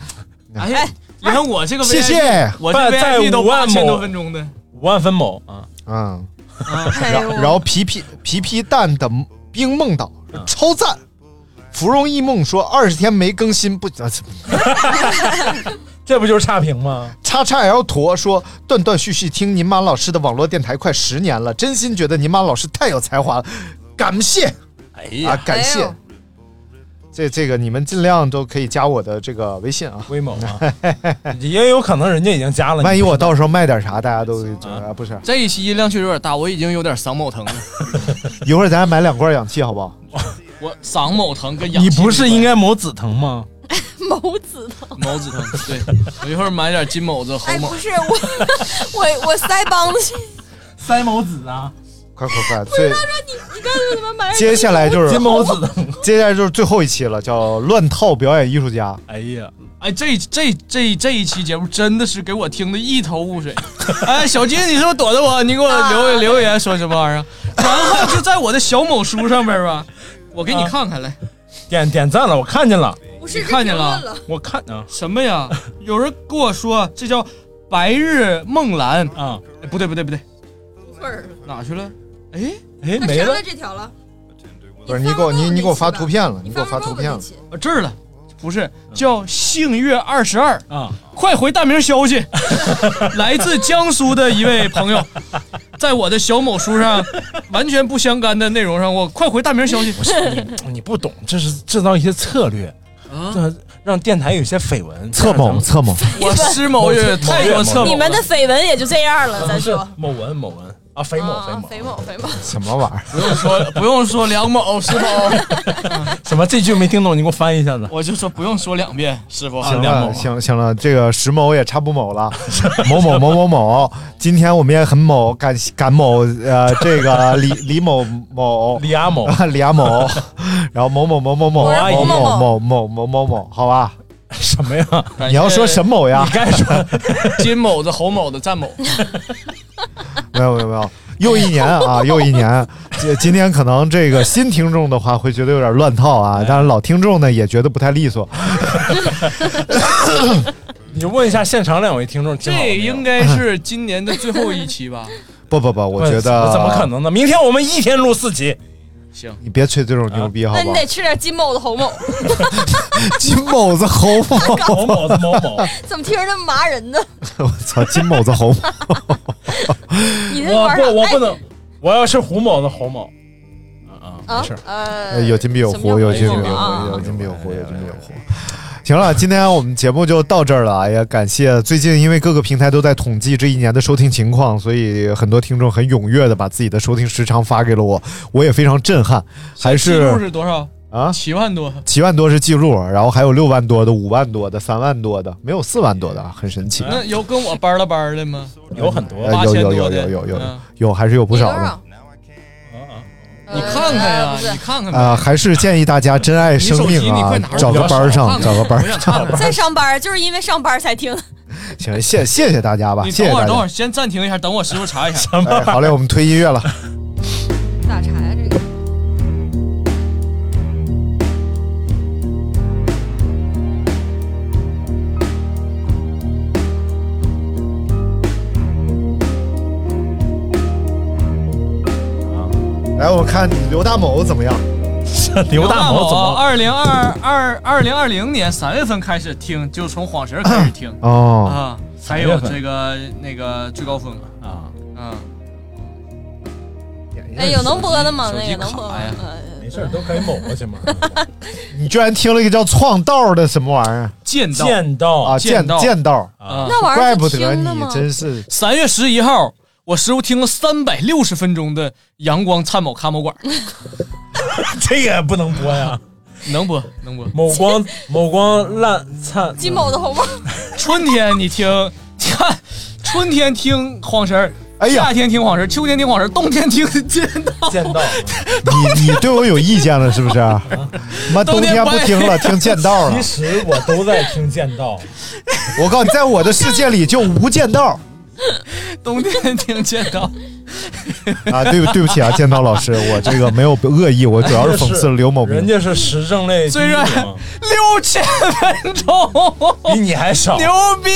哎
啊
呀，你看我这个 VIP，
谢谢
我这
在
VIP 都
五万
八千多
某
分钟的，
五万分某啊，
嗯，
哎
然
呦
然后皮皮皮皮蛋的冰梦岛
嗯
超赞，芙蓉一梦说二十天没更新不，啊
这不就是差评吗？
叉叉 L 驼说断断续续听您妈老师的网络电台快十年了，真心觉得您妈老师太有才华了，感谢，
哎
啊感
哎
谢
呦。
这这个你们尽量都可以加我的这个微信啊，
威猛 啊，也有可能人家已经加了你
万一我到时候卖点啥，大家都啊不是，
这一期音量确实有点大，我已经有点嗓某疼了。
一会儿咱买两罐氧气好不好？
我嗓某疼跟氧
你
气
不是应该某子疼吗？
某子疼。
某子疼？对，我一会儿买点金某子、侯
哎，
某
不。是我， 我我腮帮子去。
腮某子啊，
快快快！最
你刚才他妈买
接下来就是
金毛子，
接下来就是最后一期了，叫乱套表演艺术家。
哎呀，
哎，这这这这一期节目真的是给我听的一头雾水。 哎，小金，你是不是躲着我？你给我
啊
留留言说什么玩意儿？啊然后就在我的小某书上面吧，我给你看看来。
点点赞了，我看见了，
不
是看见了，
我看啊，
什么 呀？有人跟我说这叫白日梦兰
啊、
哎不对不对不对，
味儿。
哪去了？哎
哎
他删了这条了，
不是你给我你你给我发图片了，你给我发图片了。
啊这儿了，不是叫幸悦二十二
啊！
快回大明消 息，来自江苏的一位朋友，在我的小某书 上完全不相干的内容上，我快回大明消息。
不是啊你你不懂，这是制造一些策略，这让电台有一些绯闻。
侧某侧某，
我施某月太多侧
你
某
们的绯闻也就这样了，咱
不是
说。
某文某文，啊，肥某
哦
啊肥某肥某，
什么玩意儿？
不用说，不用说两某，师傅，
什么这句没听懂？你给我翻译一下子。
我就说不用说两遍，师傅。
行
两某
了，，行行了，这个石某也差不某了， 某某某某某，今天我们也很某，赶赶某呃， 这个李李某某，
李阿某，
李阿某，然后某某某某某
我是
某
某
某
某
某某某某某，好吧？
什么 呀？
你要说沈某呀？
你该说金某的、侯某的、战某。
没有没有没有，又一年啊， 又一年。今今天可能这个新听众的话会觉得有点乱套
哎
啊，但是老听众呢也觉得不太利索。
你问一下现场两位听众，听好了
这
没有
应该是今年的最后一期吧？
不不不，我觉得
哎怎么可？能呢？明天我们一天录四 集，
行，
你别吹这种牛
啊
逼，好
那
不
你
好？
得吃点金某子侯某，
金某子侯某，侯
某子某某，
怎么听着那么麻人呢？
我操，金某子侯某，
你这
我
玩
不
法，
我不能，我要是胡某的侯某，
啊
没事
呃，
有金必有
什么
胡，
叫
有金必有
金啊
胡，有金必有胡，有金必有胡。行了，今天我们节目就到这儿了，啊也感谢最近因为各个平台都在统计这一年的收听情况，所以很多听众很踊跃的把自己的收听时长发给了我，我也非常震撼，还
记录
是
是多少？
啊
七万多。
七万多是记录，然后还有六万多的、五万多的、三万多的，没有四万多的，啊很神奇。
那有跟我班了班的吗？
有很多
呃
嗯八
有
千
有
多
有
的
有有有
嗯
有，还是有不少的。
啊呃
你看看呀，你看看
啊，
吧。
还是建议大家珍爱生命
你手机你
啊
快拿出，来
找个班儿上，找个班儿上。
在上班，就是因为上班才听。
行，谢谢谢大家吧，
你
谢
等
谢
会
大
儿，等会
家
儿，。先暂停一下，等我师傅查一 下。
哎，好嘞，我们推音乐了。
咋查呀？这个
来，我看刘大某怎么样？
刘大二零二二二零二零年三月份开始听，就从晃神儿开始听
哦
啊，还
3
有
月份
这个那个最高峰啊啊，
哎，有能播的吗？
手
那
机
个能播吗？呃
没事都可以某过 去嘛。
你居然听了一个叫“创道”的什么玩意儿？
剑道
剑道
啊，剑剑道
啊
那玩意儿
怪不
是
得
听
你
的吗
真是
三月十一号，我师傅听了三百六十分钟的《阳光参谋咖某馆》，
这个不能播呀，
能播能播。
某 光某光烂灿
金某的侯 某，
春天你听，看春天听晃神儿，
哎呀
夏天听晃神儿，秋天听晃神儿，冬天听剑道，
剑道，
你你对我有意见了是不是？啊妈，冬天不听了，听剑道了
其。实我都在听剑道，
我告诉你，在我的世界里就无剑道
冬天听剑道。
啊！对不对不起啊，剑道老师，我这个没有恶意，我主要是讽刺刘某明
人。家是时政 类
最热
哦
六千分钟，
比你还少
牛逼！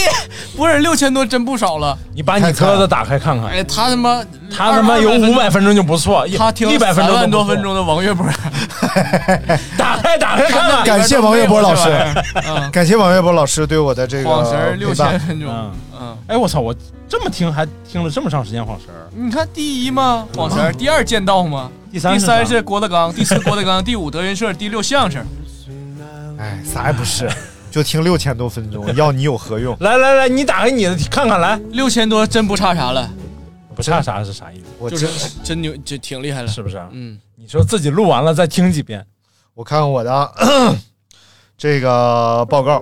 不是六千多，真不少了。
你把你鸽子打开看看，
哎，他他妈，
他他妈有五百分钟就不错，一
他听
一百分钟
3
都
万
不
多
错
分，钟的王月波，
打开打开看看。
感谢王月波老师
嗯，
啊感谢王月波老师对我的这个
晃神儿六
陪伴
千分钟，嗯，
哎，我操！我这么听还听了这么长时间晃神儿，
你看第一吗？晃神儿，
嗯
第二剑道吗？
第三
第
是啥
三是郭德纲，第四郭德纲，第五德云社，第六相声。
哎，啥也不是，就听六千多分钟，要你有何用？
来来来，你打开你的看看来，
六千多真不差啥了，
不差啥是啥意思？
我
就是真牛，就挺厉害了，
是不是？啊
嗯，
你说自己录完了再听几遍，
我看看我的啊 这个报告。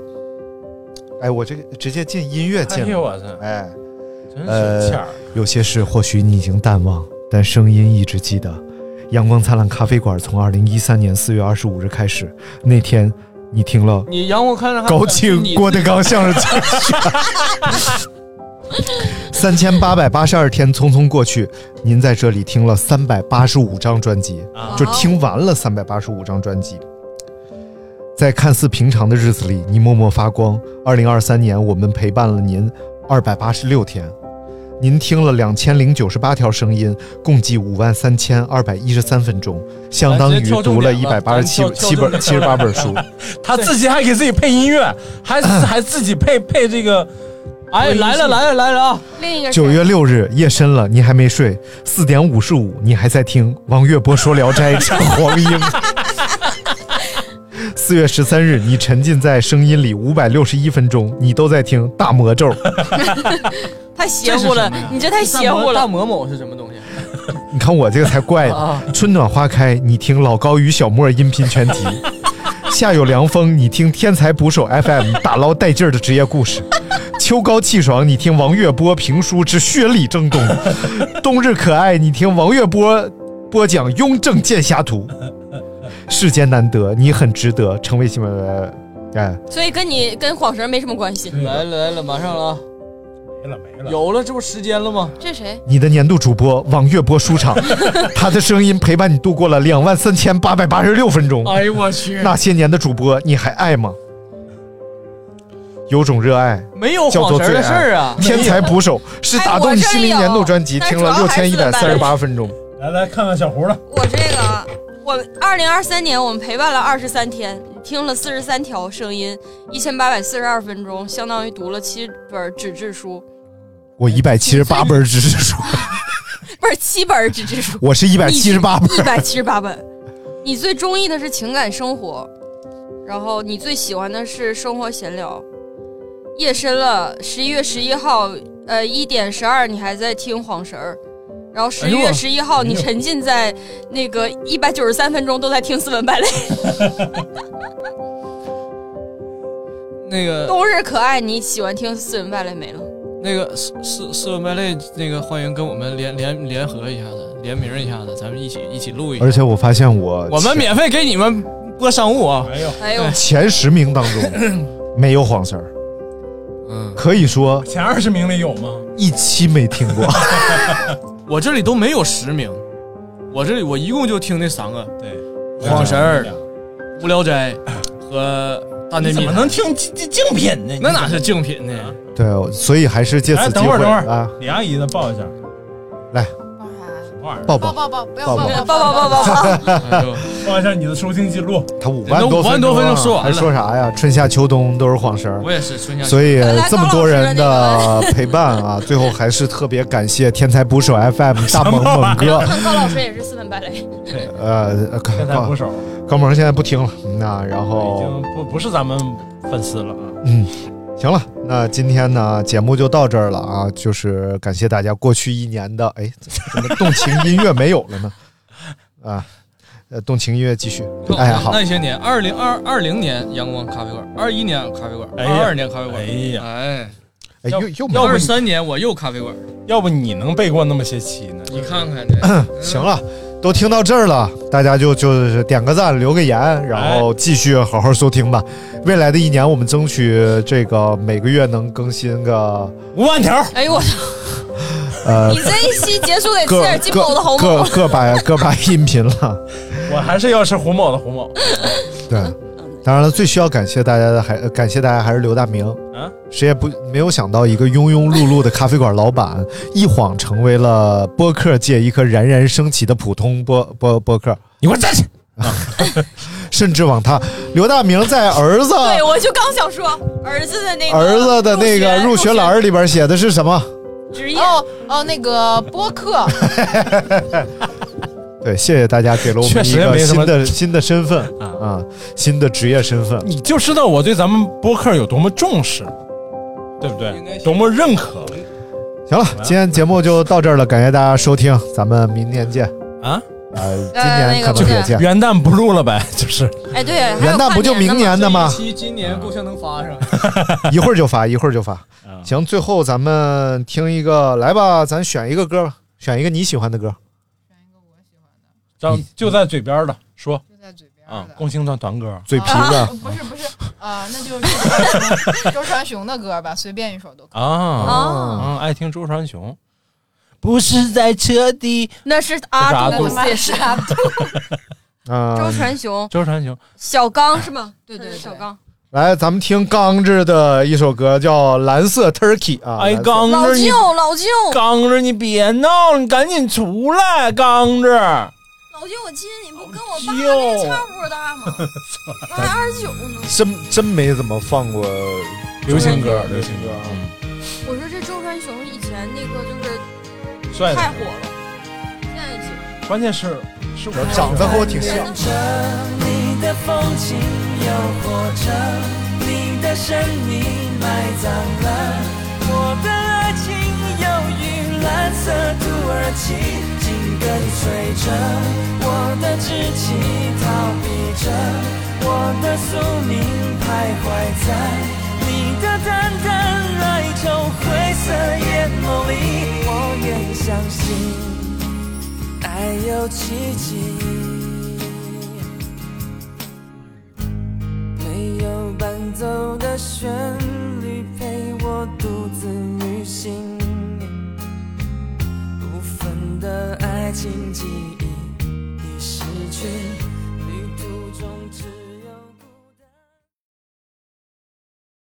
哎，我这个直接进音乐进
哎呦
了。
我操！
哎，
真是
呃
欠儿。，
有些事或许你已经淡忘，但声音一直记得。阳光灿烂咖啡馆从二零一三年四月二十五日开始，那天你听了
你让我看着
高清郭德纲相声 精选。三千八百八十二天匆匆过去，您在这里听了三百八十五张专辑，
啊
就听完了三百八十五张专辑。在看似平常的日子里，你默默发光。二零二三年，我们陪伴了您二百八十六天，您听了两千零九十八条声音，共计五万三千二百一十三分钟，相当于读了一百八十七七本七十八本书。
他自己还给自己配音乐，还
嗯
还自己配配这个。
哎，来了来了来了啊！
另一个
九月六日夜深了，你还没睡，四点五十五你还在听王月波说《聊斋》之黄英。四月十三日，你沉浸在声音里五百六十一分钟，你都在听大魔咒。
太邪乎
这是
了
什么呀，
你这太邪乎了。
大魔某是什么东西？
你看我这个才怪呢！春暖花开，你听老高与小莫音频全集；夏有凉风，你听天才捕手 FM 打捞带劲儿的职业故事；秋高气爽，你听王月波评书之薛厉正东；冬日可爱，你听王月波播讲《雍正剑侠图》。世间难得，你很值得成为喜马拉雅。哎，
所以跟你跟晃神没什么关系。
来了来了，马上了，
没了没
了，有了，这不时间了吗？
这谁？
你的年度主播王月波舒场，他的声音陪伴你度过了两万三千八百八十六分钟。
哎呦我去，
那些年的主播，你还爱吗？有种热爱，
没有
叫
晃
做
神
最
儿的事儿
爱
啊。
天才捕手是打动你心灵年度专辑，
哎我这儿
听
有
了六千一百三十八分钟。
来来看看小胡的，
我这个啊，我二零二三年我们陪伴了二十三天，听了四十三条声音，一千八百四十二分钟，相当于读了七本纸质书，
我一百七十八本纸质书，
不是七本纸质书。
我是178本
一百七十八本。你最中意的是情感生活，然后你最喜欢的是生活闲聊。夜深了，十一月十一号，呃，一点十二，你还在听晃神儿。然后十一
哎呦
月十一号，你
哎呦
沉浸在那个一百九十三分钟都在听斯文败类。
那个
冬日可爱，你喜欢听斯文败类没了？
那个斯斯斯文败类，那个欢迎跟我们联联联合一下子，联名一下子，咱们一起一起录一下。
而且我发现我
我们免费给你们播商务啊！
没有，
哎呦，
前十名当中没有晃神儿，
嗯，
可以说
前二十名里有吗？
一期没听过。
我这里都没有实名，我这里我一共就听那三个，
对
晃神儿、无聊斋和大内
你
密
怎
探。
么能听竞竞品呢你
那哪是竞品呢？
对，所以还是借
哎，
此机
等会
会
儿等会
啊，
儿，李阿姨的抱一下，
来抱抱
抱抱不要抱
抱抱
不要
抱抱抱抱
哎呦
报一下你的收听记录。
他五万多
五万多分
钟
钟说完
啊还
了
说啥呀？春夏秋冬都是晃神儿。
我也是春夏秋冬
所以这么多人的陪伴 啊，最后还是特别感谢天才捕手 FM 大萌萌啊哥。
高老师也是斯文败类。
呃，高
天才捕手
高萌现在不听了，嗯那然
已
后
经不不是咱们粉丝了啊。
嗯，行了，那今天呢节目就到这儿了啊，就是感谢大家过去一年的，哎，怎么动情音乐没有了呢？ 啊，呃，动情音乐继续，哎好，
那些年，二零二二零年阳光咖啡馆，二一年咖啡馆，
哎
二
呀
二年咖啡馆，哎
呀，
哎，
哎又又
要不三年我又咖啡馆，
要不你能背过那么些期呢？
你看看这，
行了，都听到这儿了，大家就就是点个赞，留个言，然后继续好好收听吧。未来的一年，我们争取这个每个月能更新个
五万条，
哎呦我操！
呃
你这一期结束得吃
个
点金宝的好
个
吗
个？个百个百音频了。
我还是要吃胡某的胡某。
对，
嗯
当然了，最需要感谢大家的还呃感谢大家还是刘大明
啊，
谁也不没有想到一个庸庸碌碌的咖啡馆老板，一晃成为了播客界一颗冉冉升起的普通播播播客。你给我站起！甚至往他刘大明在儿子
对，我就刚想说儿子的那个
啊 儿子的 那个入学栏里边写的是什么？
职业哦哦，那个播 客，
对，谢谢大家给了我
确
们一
实
个
没什么
新的新的身份啊，新的职业身份。
你就知道我对咱们播客有多么重视，对不对？多么认可
行了，
啊
今天节目就到这儿了，感谢大家收听，咱们明年见。
啊！
呃，今
呃
年
那
可
个
能
不
也
是
见。
元旦不录了呗，就是
哎，对，还有
元旦不就
跨呢
明年的吗
这一期今年够呛能发上，
一会儿就发，一会儿就发。
啊
行，最后咱们听一个，来吧，咱选一个歌吧，选一个你喜欢的歌。
张就在嘴边的说，就在嘴边啊，共青团团歌，
嘴皮子
啊不是不是啊，那就是周传雄的歌吧，随便一首都可
啊啊，嗯爱听周传雄，
不是在车底，
那是啊
阿
阿
杜
杜，也是阿杜，
啊，
周传雄，
周传雄，
小刚是吗？对对，小刚，
来，咱们听刚子的一首歌，叫《蓝色 Turkey》啊。
哎，
蓝色
刚
老
子你
舅，
嗯
老舅，
刚子你别闹，你赶紧出来，刚子。
老舅，我记得你不跟我爸那个差不多大吗？我还二十九呢。
真真没怎么放过
流行歌
嗯
流行歌啊。
我说这周传雄以前那个就是
帅的
太火了，现在也行。
关键是是我
长得和我挺像
着你的风情，诱惑着你的神秘，埋葬了我的爱情。
蓝色土耳其，紧跟随着我的志气，逃避着我的宿命，徘徊在你的淡淡哀愁灰色眼眸里，我愿相信爱有奇迹。没有伴奏的旋律陪我独自旅行，不分的爱情记忆。